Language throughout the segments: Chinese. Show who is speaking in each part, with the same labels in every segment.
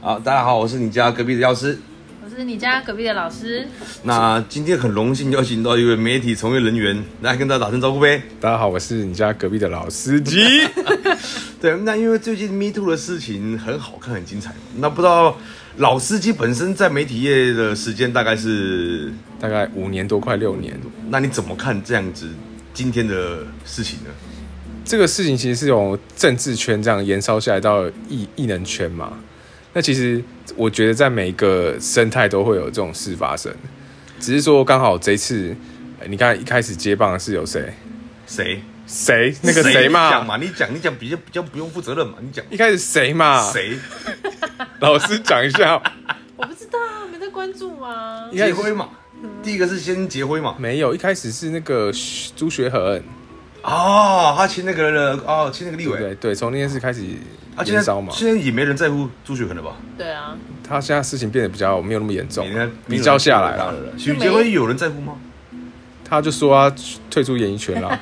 Speaker 1: 好，大家好，我是你家隔壁的药师。
Speaker 2: 我是你家隔壁的老师，
Speaker 1: 那今天很荣幸邀请到一位媒体从业人员来跟大家打声招呼呗。
Speaker 3: 大家好，我是你家隔壁的老司 机。
Speaker 1: 对，那因为最近 Me Too 的事情很好看，很精彩嘛。那不知道老司机本身在媒体业的时间大概是，
Speaker 3: 大概五年多，快六年。
Speaker 1: 那你怎么看这样子今天的事情呢？
Speaker 3: 这个事情其实是由政治圈这样延烧下来到艺艺能圈嘛。那其实我觉得在每一个生态都会有这种事发生，只是说刚好这一次，呃你看一开始接棒的是有谁？
Speaker 1: 谁？
Speaker 3: 谁？那个
Speaker 1: 谁
Speaker 3: 谁
Speaker 1: 你讲
Speaker 3: 嘛？
Speaker 1: 嘛，你讲，你讲比较比较不用负责任嘛，你讲
Speaker 3: 一开始谁嘛？？
Speaker 1: 谁？
Speaker 3: 老师讲一下，
Speaker 2: 我不知道啊，没在关注啊。
Speaker 3: 一开
Speaker 1: 结
Speaker 3: 始
Speaker 1: 辉嘛，第一个是先结辉嘛。
Speaker 3: 没有，一开始是那个徐朱学恒，
Speaker 1: 哦，他亲那个人哦，亲那个立
Speaker 3: 对不
Speaker 1: 委，
Speaker 3: 对？对，从那件事开始
Speaker 1: 啊，现
Speaker 3: 延
Speaker 1: 在
Speaker 3: 烧嘛。
Speaker 1: 现在也没人在乎朱雪恒了吧？
Speaker 2: 对啊，
Speaker 3: 他现在事情变得比较没有那么严重
Speaker 1: 你看，，
Speaker 3: 比较下来了。
Speaker 1: 了。许杰辉有人在乎吗？
Speaker 3: 他就说他退出演艺圈了，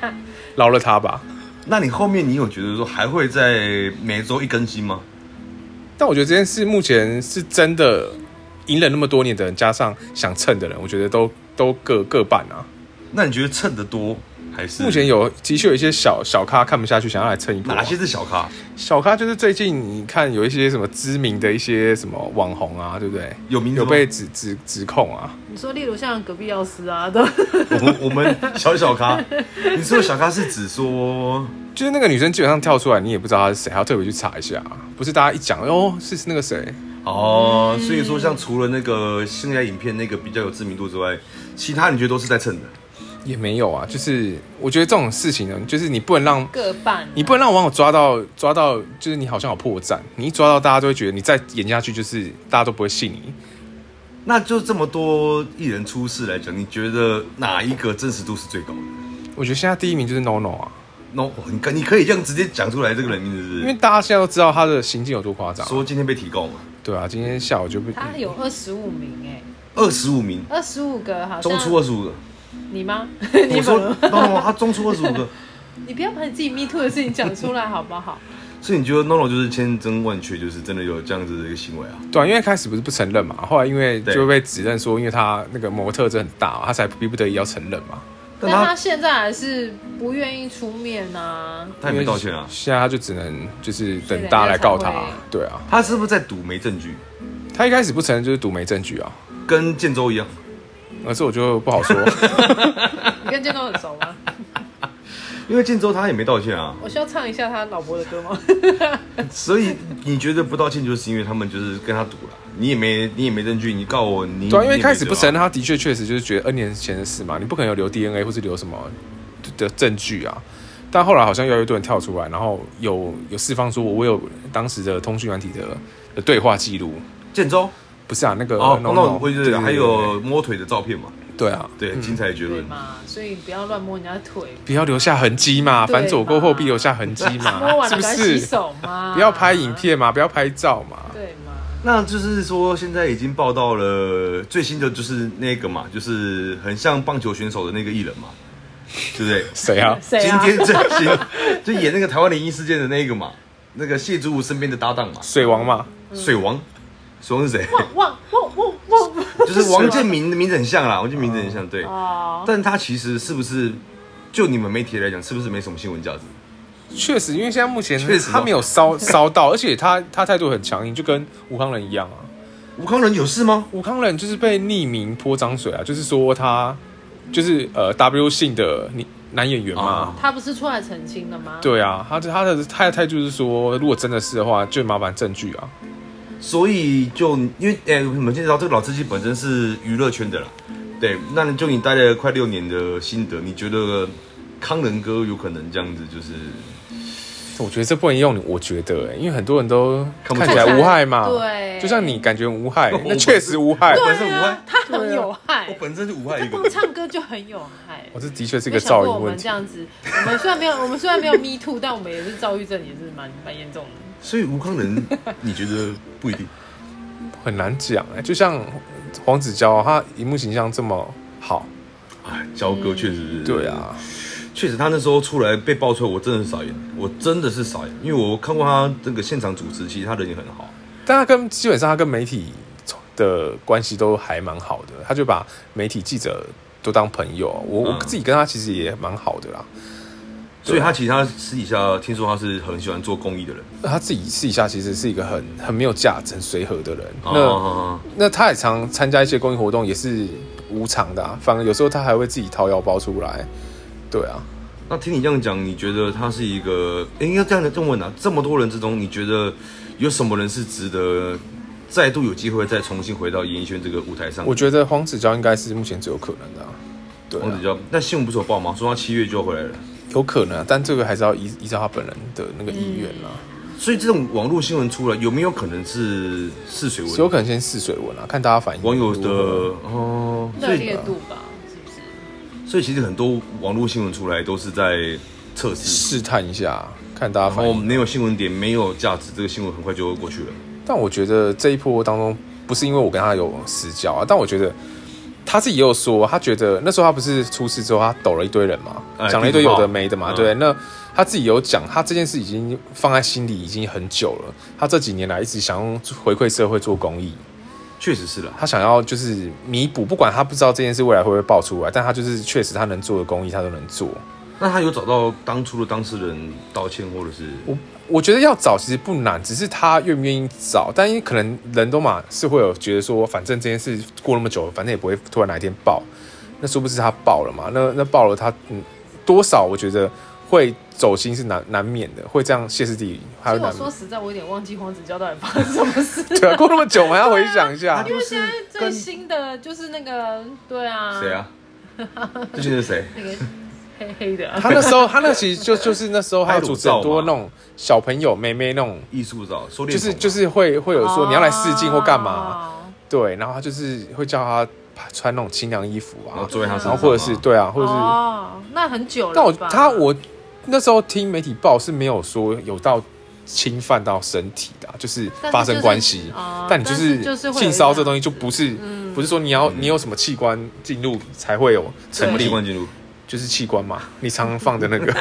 Speaker 3: 饶了他吧。
Speaker 1: 那你后面你有觉得说还会在每周一更新吗？
Speaker 3: 但我觉得这件事目前是真的，隐忍那么多年的人，加上想蹭的人，我觉得都都各各半啊。
Speaker 1: 那你觉得蹭的多还是
Speaker 3: 目前有的确有一些小小咖看不下去，想要来蹭一波
Speaker 1: 嗯
Speaker 3: 啊、
Speaker 1: 哪些是小咖？
Speaker 3: 小咖就是最近你看有一些什么知名的一些什么网红啊，对不对？
Speaker 1: 有名字
Speaker 3: 有
Speaker 1: 吗
Speaker 3: 被指指指控啊，
Speaker 2: 你说例如像隔壁药师啊，都
Speaker 1: 我们我们小小咖，你说的小咖是指说
Speaker 3: 就是那个女生基本上跳出来，你也不知道她是谁，还要特别去查一下啊、不是大家一讲哦是那个谁，
Speaker 1: 哦，所以说像除了那个现在影片那个比较有知名度之外，其他你觉得都是在蹭的？
Speaker 3: 也没有啊。就是我觉得这种事情呢，就是你不能让
Speaker 2: 各半啊、
Speaker 3: 你不能让网友抓到抓到，就是你好像有破绽，你一抓到大家都会觉得你再演下去就是大家都不会信你。
Speaker 1: 那就这么多艺人出事来讲，你觉得哪一个真实度是最高的
Speaker 3: 我觉得现在第一名就是 NONO 啊，
Speaker 1: ？no，你可你可以这样直接讲出来这个人名字是不是
Speaker 3: 因为大家现在都知道他的行径有多夸张啊。
Speaker 1: 说今天被提告嘛，
Speaker 3: 对啊，今天下午就被
Speaker 2: 他有二十五名哎、
Speaker 1: 二十五名，
Speaker 2: 二十五个好像
Speaker 1: 中出二十五个。
Speaker 2: 你吗？
Speaker 1: 我
Speaker 2: 你
Speaker 1: 说
Speaker 2: 本人，
Speaker 1: NONO 他中出二十五个，
Speaker 2: 你不要把你自己 me too 的事情讲出来好不 好？
Speaker 1: 所以你觉得 NONO 就是千真万确，就是真的有这样子的一个行为啊？
Speaker 3: 对、啊，因为开始不是不承认嘛，后来因为
Speaker 1: 对
Speaker 3: 就被指认说，因为他那个模特真的很大、他才逼不得已要承认嘛。
Speaker 1: 但
Speaker 2: 但
Speaker 1: 他
Speaker 2: 他现在还是不愿意出面啊。
Speaker 1: 他也没道歉啊
Speaker 3: 因为，现在他就只能就是等大家来告他
Speaker 2: 现在才会。
Speaker 3: 对啊，
Speaker 1: 他是不是在赌没证据？
Speaker 3: 他一开始不承认就是赌没证据啊，
Speaker 1: 跟建州一样，
Speaker 3: 而这我就不好说。
Speaker 2: 你跟建东很熟吗？
Speaker 1: 因为建州他也没道歉啊，
Speaker 2: 我需要唱一下他老婆的歌吗？
Speaker 1: 所以你觉得不道歉，就是因为他们就是跟他赌了，你也没你也没证据，你告我，你
Speaker 3: 对啊，因
Speaker 1: 你也
Speaker 3: 为
Speaker 1: 没
Speaker 3: 开始不承
Speaker 1: 辙啊
Speaker 3: 认，他的确确实就是觉得 N 年前的事嘛，你不可能有留 DNA 或是留什么的证据啊。但后来好像越来越多人跳出来，然后有有释放说，我有当时的通讯软体的的对话记录，
Speaker 1: 建州
Speaker 3: 不是啊，那个
Speaker 1: 哦，
Speaker 3: no,
Speaker 1: 那
Speaker 3: no，
Speaker 1: 我觉
Speaker 3: 对啊
Speaker 1: 得还有摸腿的照片嘛，
Speaker 3: 对啊，
Speaker 1: 对，精彩绝
Speaker 2: 对
Speaker 1: 伦。
Speaker 2: 嘛，所以不要乱摸人家腿，
Speaker 3: 不要留下痕迹嘛，
Speaker 2: 对
Speaker 3: 反左勾
Speaker 2: 嘛
Speaker 3: 后必留下痕迹
Speaker 2: 摸
Speaker 3: 嘛，
Speaker 2: 完
Speaker 3: 啊是
Speaker 2: 了
Speaker 3: 不
Speaker 2: 赶快洗
Speaker 3: 是？
Speaker 2: 手嘛，
Speaker 3: 不要拍影，片嘛，不要拍照嘛，
Speaker 2: 对嘛。
Speaker 1: 那就是说，现在已经报道了最新的，就是那个嘛，就是很像棒球选手的那个艺人嘛，对不对？
Speaker 3: 谁啊？
Speaker 2: 谁啊？
Speaker 1: 今天最新 就演那个台湾灵异事件的那个嘛，那个谢祖武身边的搭档嘛，
Speaker 3: 水王嘛，
Speaker 1: 水王，水王是谁？
Speaker 2: 汪汪汪汪！
Speaker 1: 就是王建民的名字很像啦，王建民名字很像，对。
Speaker 2: 哦，
Speaker 1: 但他其实是不是就你们媒体来讲，是不是没什么新闻价值？
Speaker 3: 确实，因为现在目前
Speaker 1: 确实哦
Speaker 3: 他没有烧烧到，而且他他态度很强硬，就跟吴康仁一样啊。
Speaker 1: 吴康仁有事吗？
Speaker 3: 吴康仁就是被匿名泼脏水啊，就是说他就是呃 W 姓的女男演员嘛。
Speaker 1: 啊
Speaker 2: 他不是出来澄清了吗？，
Speaker 3: 对啊，他他的他的态度是说，如果真的是的话，就麻烦证据啊。
Speaker 1: 所以就因为哎，我们知道这个老司机本身是娱乐圈的啦，对，那你就你待了快六年的心得，你觉得康仁哥有可能这样子就是
Speaker 3: 我觉得这不能用，我觉得、欸因为很多人都
Speaker 1: 看
Speaker 3: 看
Speaker 1: 不
Speaker 3: 起
Speaker 2: 出来
Speaker 3: 来无害嘛，
Speaker 2: 对
Speaker 3: 就像你感觉无害
Speaker 1: 我，
Speaker 3: 那确实无害。
Speaker 1: 我本身无
Speaker 2: 啊
Speaker 1: 害，，
Speaker 2: 他很有
Speaker 1: 我
Speaker 2: 害，
Speaker 1: 本身就无害
Speaker 2: 他
Speaker 1: 一个
Speaker 2: 光
Speaker 1: 人。
Speaker 2: 唱歌就很有害。
Speaker 3: 我这的确是
Speaker 2: 这
Speaker 3: 个噪
Speaker 2: 我
Speaker 3: 音问
Speaker 2: 们这
Speaker 3: 题。
Speaker 2: 样子，我们虽然没有，我 们虽然没有 me too，但我们也是躁郁症，也是蛮蛮严重的。
Speaker 1: 所以吴康仁，你觉得不一定？
Speaker 3: 很难讲哎、就像黄子佼、啊，他荧幕形象这么好，
Speaker 1: 哎，焦哥确实是，
Speaker 3: 对，啊，
Speaker 1: 确实他那时候出来被爆出来，我真的是傻眼，我真的是傻眼，因为我看过他那个现场主持，其实他人也很好，
Speaker 3: 但他跟基本上他跟媒体的关系都还蛮好的，他就把媒体记者都当朋友。我、
Speaker 1: 嗯
Speaker 3: 我自己跟他其实也蛮好的啦，
Speaker 1: 所以他其实他私底下听说他是很喜欢做公益的人。
Speaker 3: 他自己私底下其实是一个很很没有架子、很随和的人。那、
Speaker 1: 哦
Speaker 3: 那他也常参加一些公益活动，也是无偿的、啊，反而有时候他还会自己掏腰包出来。对啊，
Speaker 1: 那听你这样讲，你觉得他是一个诶应该这样的这么问啊？这么多人之中，你觉得有什么人是值得再度有机会再重新回到演艺圈这个舞台上？
Speaker 3: 我觉得黄子佼应该是目前最有可能的啊、对
Speaker 1: 王
Speaker 3: 啊
Speaker 1: 子，娇，那新闻不是有报吗？说他七月就要回来了。
Speaker 3: 有可能、啊，但这个还是要依依照他本人的那个意愿啦、
Speaker 1: 所以这种网络新闻出来，有没有可能是试水
Speaker 3: 有
Speaker 1: 文？
Speaker 3: 可能先试水文啊，看大家反应。
Speaker 1: 嗯网友的哦，所
Speaker 2: 热
Speaker 1: 以
Speaker 2: 烈度吧，是不是？
Speaker 1: 所以其实很多网络新闻出来都是在测试，
Speaker 3: 试探一下，看大家
Speaker 1: 然
Speaker 3: 反
Speaker 1: 后
Speaker 3: 应。
Speaker 1: 没有新闻点，没有价值，这个新闻很快就过去了。
Speaker 3: 但我觉得这一波当中，不是因为我跟他有私交啊，但我觉得他自己也有说，他觉得那时候他不是出事之后，他抖了一堆人嘛
Speaker 1: 哎，
Speaker 3: 讲了一堆
Speaker 1: 地图炮
Speaker 3: 有的没的嘛，
Speaker 1: 嗯
Speaker 3: 对。那他自己有讲，他这件事已经放在心里已经很久了，他这几年来一直想用回馈社会做公益，
Speaker 1: 确实是啦，
Speaker 3: 他想要就是弥补，不管他不知道这件事未来会不会爆出来，但他就是确实他能做的公益，他都能做。
Speaker 1: 那他有找到当初的当事人道歉，或者是
Speaker 3: 我我觉得要找其实不难，只是他愿不愿意找。但因为可能人都嘛是会有觉得说，反正这件事过那么久，反正也不会突然哪一天爆。那殊不知他爆了嘛？那那爆了他，嗯，多少我觉得会走心是难难免的，会这样歇斯底里，还
Speaker 2: 其
Speaker 3: 有
Speaker 2: 实我
Speaker 3: 难
Speaker 2: 说实在，我有点忘记黄子佼到底发生什么事。
Speaker 3: 对啊，过那么久我们还要回 想一下
Speaker 1: 他。就是
Speaker 2: 最
Speaker 1: 跟
Speaker 2: 新的就是那个，对 啊，
Speaker 1: 谁？啊？最近是谁？
Speaker 2: 那个黑黑的啊，
Speaker 3: 他那时候，他那其实就就是那时候，还有主持很多那种小朋友、妹妹那种，
Speaker 1: 艺术照，收敛
Speaker 3: 就是
Speaker 1: 筒啊
Speaker 3: 就是会会有说你要来试镜或干嘛，
Speaker 2: 哦？
Speaker 3: 对，然后他就是会叫他穿那种清凉衣服
Speaker 1: 然后
Speaker 3: 啊，
Speaker 1: 坐在他身上
Speaker 3: 然后
Speaker 1: 吗，
Speaker 3: 或者是对啊，或者是，
Speaker 2: 哦，那很久了吧。
Speaker 3: 但我他我那时候听媒体报是没有说有到侵犯到身体的啊、就是
Speaker 2: 但是
Speaker 3: 发生关系
Speaker 2: 就是哦，
Speaker 3: 但你就
Speaker 2: 但是就是会有
Speaker 3: 性
Speaker 2: 一
Speaker 3: 骚这
Speaker 2: 个
Speaker 3: 东西就不是
Speaker 2: 嗯
Speaker 3: 不是说你要你有什么器官进入才会有
Speaker 1: 什
Speaker 3: 成
Speaker 1: 么
Speaker 2: 对
Speaker 1: 器
Speaker 3: 立，
Speaker 1: 官进入？
Speaker 3: 就是器官嘛，你常常放的那个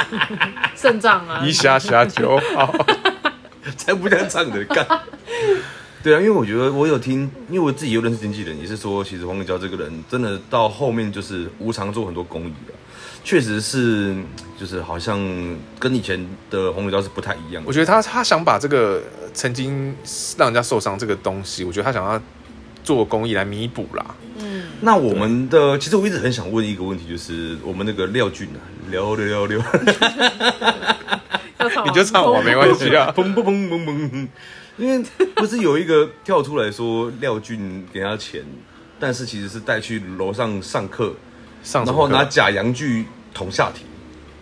Speaker 2: 肾脏啊
Speaker 3: 一，下下九号，
Speaker 1: 才不这样唱的 干。对啊，因为我觉得我有听，因为我自己有认识经纪人，也是说，其实黄子佼这个人真的到后面就是无偿做很多公益的，确实是就是好像跟以前的黄子佼是不太一样 的。
Speaker 3: 我觉得他他想把这个呃曾经让人家受伤这个东西，我觉得他想要做公益来弥补啦。
Speaker 2: 嗯，
Speaker 1: 那我们的其实我一直很想问一个问题，就是我们那个廖俊啊，廖六六六，
Speaker 2: 要唱
Speaker 3: 你就唱我没关 系啊。
Speaker 1: 砰砰砰砰砰，因为不是有一个跳出来说廖俊给他钱，但是其实是带去楼上上课，
Speaker 3: 上什
Speaker 1: 然
Speaker 3: 么
Speaker 1: 后
Speaker 3: 课
Speaker 1: 拿假洋具捅下体。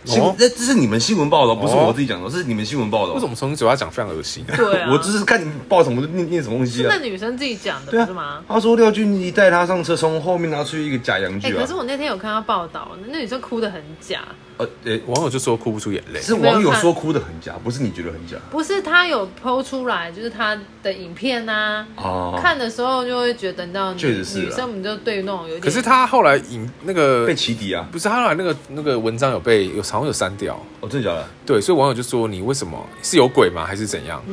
Speaker 1: 新
Speaker 3: 哦
Speaker 1: 那、这是你们新闻报道，不是
Speaker 3: 哦
Speaker 1: 我自己讲的，这是你们新闻报道。
Speaker 3: 为什么从你嘴巴讲非常恶心啊？
Speaker 2: 对啊，
Speaker 1: 我只是看你报什么念念什么东西
Speaker 2: 是
Speaker 1: 啊
Speaker 2: 那？女生自己讲的，
Speaker 1: 对
Speaker 2: 不是
Speaker 1: 啊
Speaker 2: 吗，？
Speaker 1: 他说廖俊一带他上车，从后面拿出一个假洋
Speaker 2: 哎、
Speaker 1: 具啊
Speaker 2: 可是。我那天有看到报道，那女生哭得很假，
Speaker 3: 哎
Speaker 1: 呃呃，
Speaker 3: 网友就说哭不出眼泪，
Speaker 1: 哎是网友说哭的很假，不是你觉得很假
Speaker 2: 不是她有剖出来，就是她的影片啊。
Speaker 1: 啊？
Speaker 3: 哦
Speaker 2: 看的时候就会觉得，你知道，女
Speaker 1: 确实是啊
Speaker 2: 女生我们就对那种有点，
Speaker 3: 可是他后来引那个
Speaker 1: 被起底啊？
Speaker 3: 不是他后来那个那个文章有被有好像有删掉，
Speaker 1: 哦，真的假的？
Speaker 3: 对，所以网友就说你为什么是有鬼吗？还是怎样？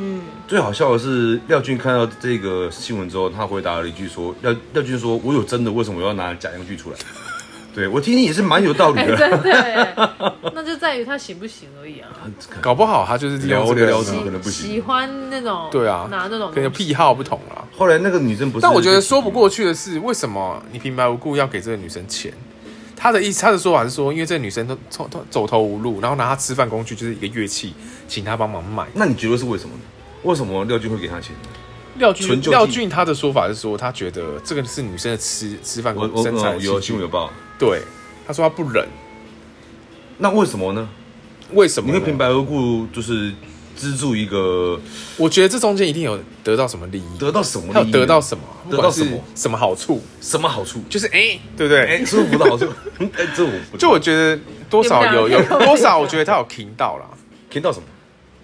Speaker 1: 最好笑的是，廖俊看到这个新闻之后，他回答了一句说：“廖廖俊说，我有真的，为什么我要拿假洋具出来？” 对我听听也是蛮有道理
Speaker 2: 哎、
Speaker 1: 的。
Speaker 2: 真的耶，那就在于她行不行而已啊。
Speaker 3: 搞不好他就是利用这
Speaker 1: 聊聊
Speaker 3: 个
Speaker 1: 怎么
Speaker 2: 喜
Speaker 1: 可能不行
Speaker 2: 喜欢那种，
Speaker 3: 对啊，
Speaker 2: 拿那种
Speaker 3: 可
Speaker 2: 东
Speaker 3: 能
Speaker 2: 西
Speaker 3: 癖好不同啦。
Speaker 1: 后来那个女生不是，
Speaker 3: 但我觉得说不过去的是，为什么你平白无故要给这个女生钱？他的意思，他的说法是说，因为这个女生都走走走投无路，然后拿她吃饭工具就是一个乐器，请她帮忙买。
Speaker 1: 那你觉得是为什么呢？为什么廖俊会给他钱？
Speaker 3: 廖
Speaker 1: 纯
Speaker 3: 俊
Speaker 1: 就
Speaker 3: 廖
Speaker 1: 近
Speaker 3: 俊他的说法是说，他觉得这个是女生的吃吃饭
Speaker 1: 我
Speaker 3: 工
Speaker 1: 我
Speaker 3: 身材
Speaker 1: 我
Speaker 3: 的
Speaker 1: 有
Speaker 3: 器
Speaker 1: 新
Speaker 3: 具
Speaker 1: 闻有报，
Speaker 3: 对，他说他不忍，
Speaker 1: 那为什么呢？
Speaker 3: 为什么
Speaker 1: 你
Speaker 3: 呢？
Speaker 1: 会平白无故就是资助一个
Speaker 3: 我觉得这中间一定有得到什么利益，
Speaker 1: 得到什么利益
Speaker 3: 他
Speaker 1: 呢？
Speaker 3: 有得到什么，
Speaker 1: 得到什
Speaker 3: 什
Speaker 1: 么
Speaker 3: 什么好处，
Speaker 1: 什么好处？
Speaker 3: 就是哎、对不对？
Speaker 1: 哎，舒服的好处， 哎，这我不
Speaker 3: 就我觉得多少有
Speaker 2: 你们
Speaker 3: 有
Speaker 2: 俩在
Speaker 3: 多少，我觉得他有听到啦，
Speaker 1: 听到什么？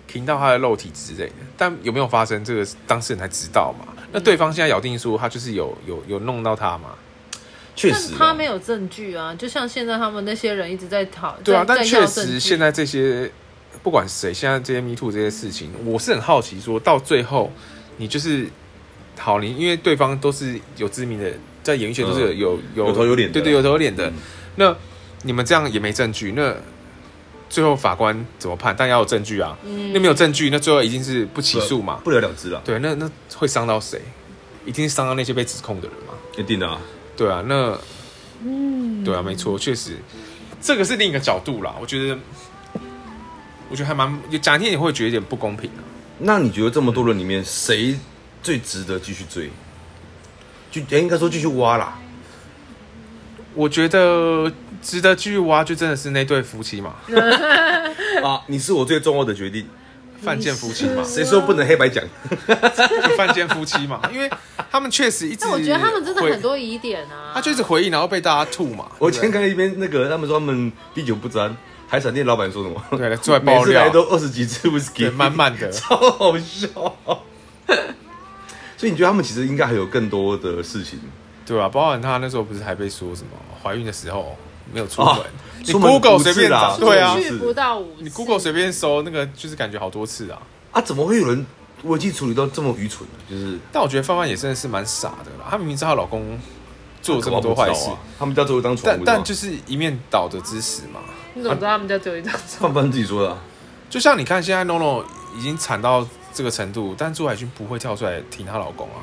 Speaker 3: 听到他的肉体之类的，但有没有发生这个当事人才知道嘛？那对方现在咬定说他就是有有有弄到他嘛？
Speaker 1: 确
Speaker 2: 但
Speaker 1: 实啊，
Speaker 2: 他没有证据啊，就像现在他们那些人一直在讨，
Speaker 3: 对啊，
Speaker 2: 在
Speaker 3: 但
Speaker 2: 在要
Speaker 3: 确
Speaker 2: 证据
Speaker 3: 实现在这些不管谁，现在这些 Me Too 这些事情，我是很好奇说到最后你就是好，你因为对方都是有知名的，在演艺圈都是
Speaker 1: 嗯
Speaker 3: 有、有
Speaker 1: 有头有脸的
Speaker 3: 对对，有头有脸的。
Speaker 1: 嗯
Speaker 3: 那你们这样也没证据，那最后法官怎么判？但要有证据啊，
Speaker 2: 嗯
Speaker 3: 那没有证据，那最后一定是不起诉嘛？
Speaker 1: 不了了之了，
Speaker 3: 对，那那会伤到谁？一定是伤到那些被指控的人嘛？
Speaker 1: 一定的啊，
Speaker 3: 对啊，那，嗯，对啊，没错，确实，这个是另一个角度啦。我觉得，我觉得还蛮，就讲一天也会觉得有点不公平啊。
Speaker 1: 那你觉得这么多人里面，谁最值得继续追？就诶应该说继续挖 啦。
Speaker 3: 我觉得值得继续挖，就真的是那对夫妻嘛，
Speaker 1: 啊！你是我最重要的决定，
Speaker 3: 犯贱夫妻嘛，
Speaker 1: 谁说不能黑白讲？
Speaker 3: 就 犯贱夫妻嘛，因为他们确实一直，
Speaker 2: 但我觉得他们真的很，多疑点啊。
Speaker 3: 他就一直回应，然后被大家吐嘛。
Speaker 1: 我今天
Speaker 3: 对不
Speaker 1: 看一边那个，他们说他们滴酒不沾，海产店老板说什么？
Speaker 3: 对对出来
Speaker 1: 每
Speaker 3: 爆
Speaker 1: 次来
Speaker 3: 料，
Speaker 1: 都二十几支 whisky，
Speaker 3: 对，慢慢的，
Speaker 1: 超 好笑。所以你觉得他们其实应该还有更多的事情？
Speaker 3: 对啊，包含他那时候不是还被说什么怀孕的时候没有出门，
Speaker 1: 哦
Speaker 3: 你
Speaker 1: 出门
Speaker 3: Google
Speaker 1: 不
Speaker 3: 随
Speaker 1: 是
Speaker 3: 便
Speaker 1: 啦
Speaker 3: 找，对啊
Speaker 1: 出，
Speaker 2: 去不到五次，
Speaker 3: 你 Google 随便搜那个，就是感觉好多次啊。
Speaker 1: 啊，怎么会有人危机处理到这么愚蠢呢？就是
Speaker 3: 但我觉得范范也真的是蛮傻的啦，她明明知道她老公做这么多坏事，
Speaker 1: 啊，他们家最后当宠
Speaker 3: 但
Speaker 1: 物的吗，
Speaker 3: 但就是一面倒的支持嘛。
Speaker 2: 你怎么知道他们家只有一张
Speaker 1: 范
Speaker 2: 床？
Speaker 1: 范自己说的啊、
Speaker 3: 就像你看，现在 NONO 已经惨到这个程度，但朱海军不会跳出来挺她老公啊。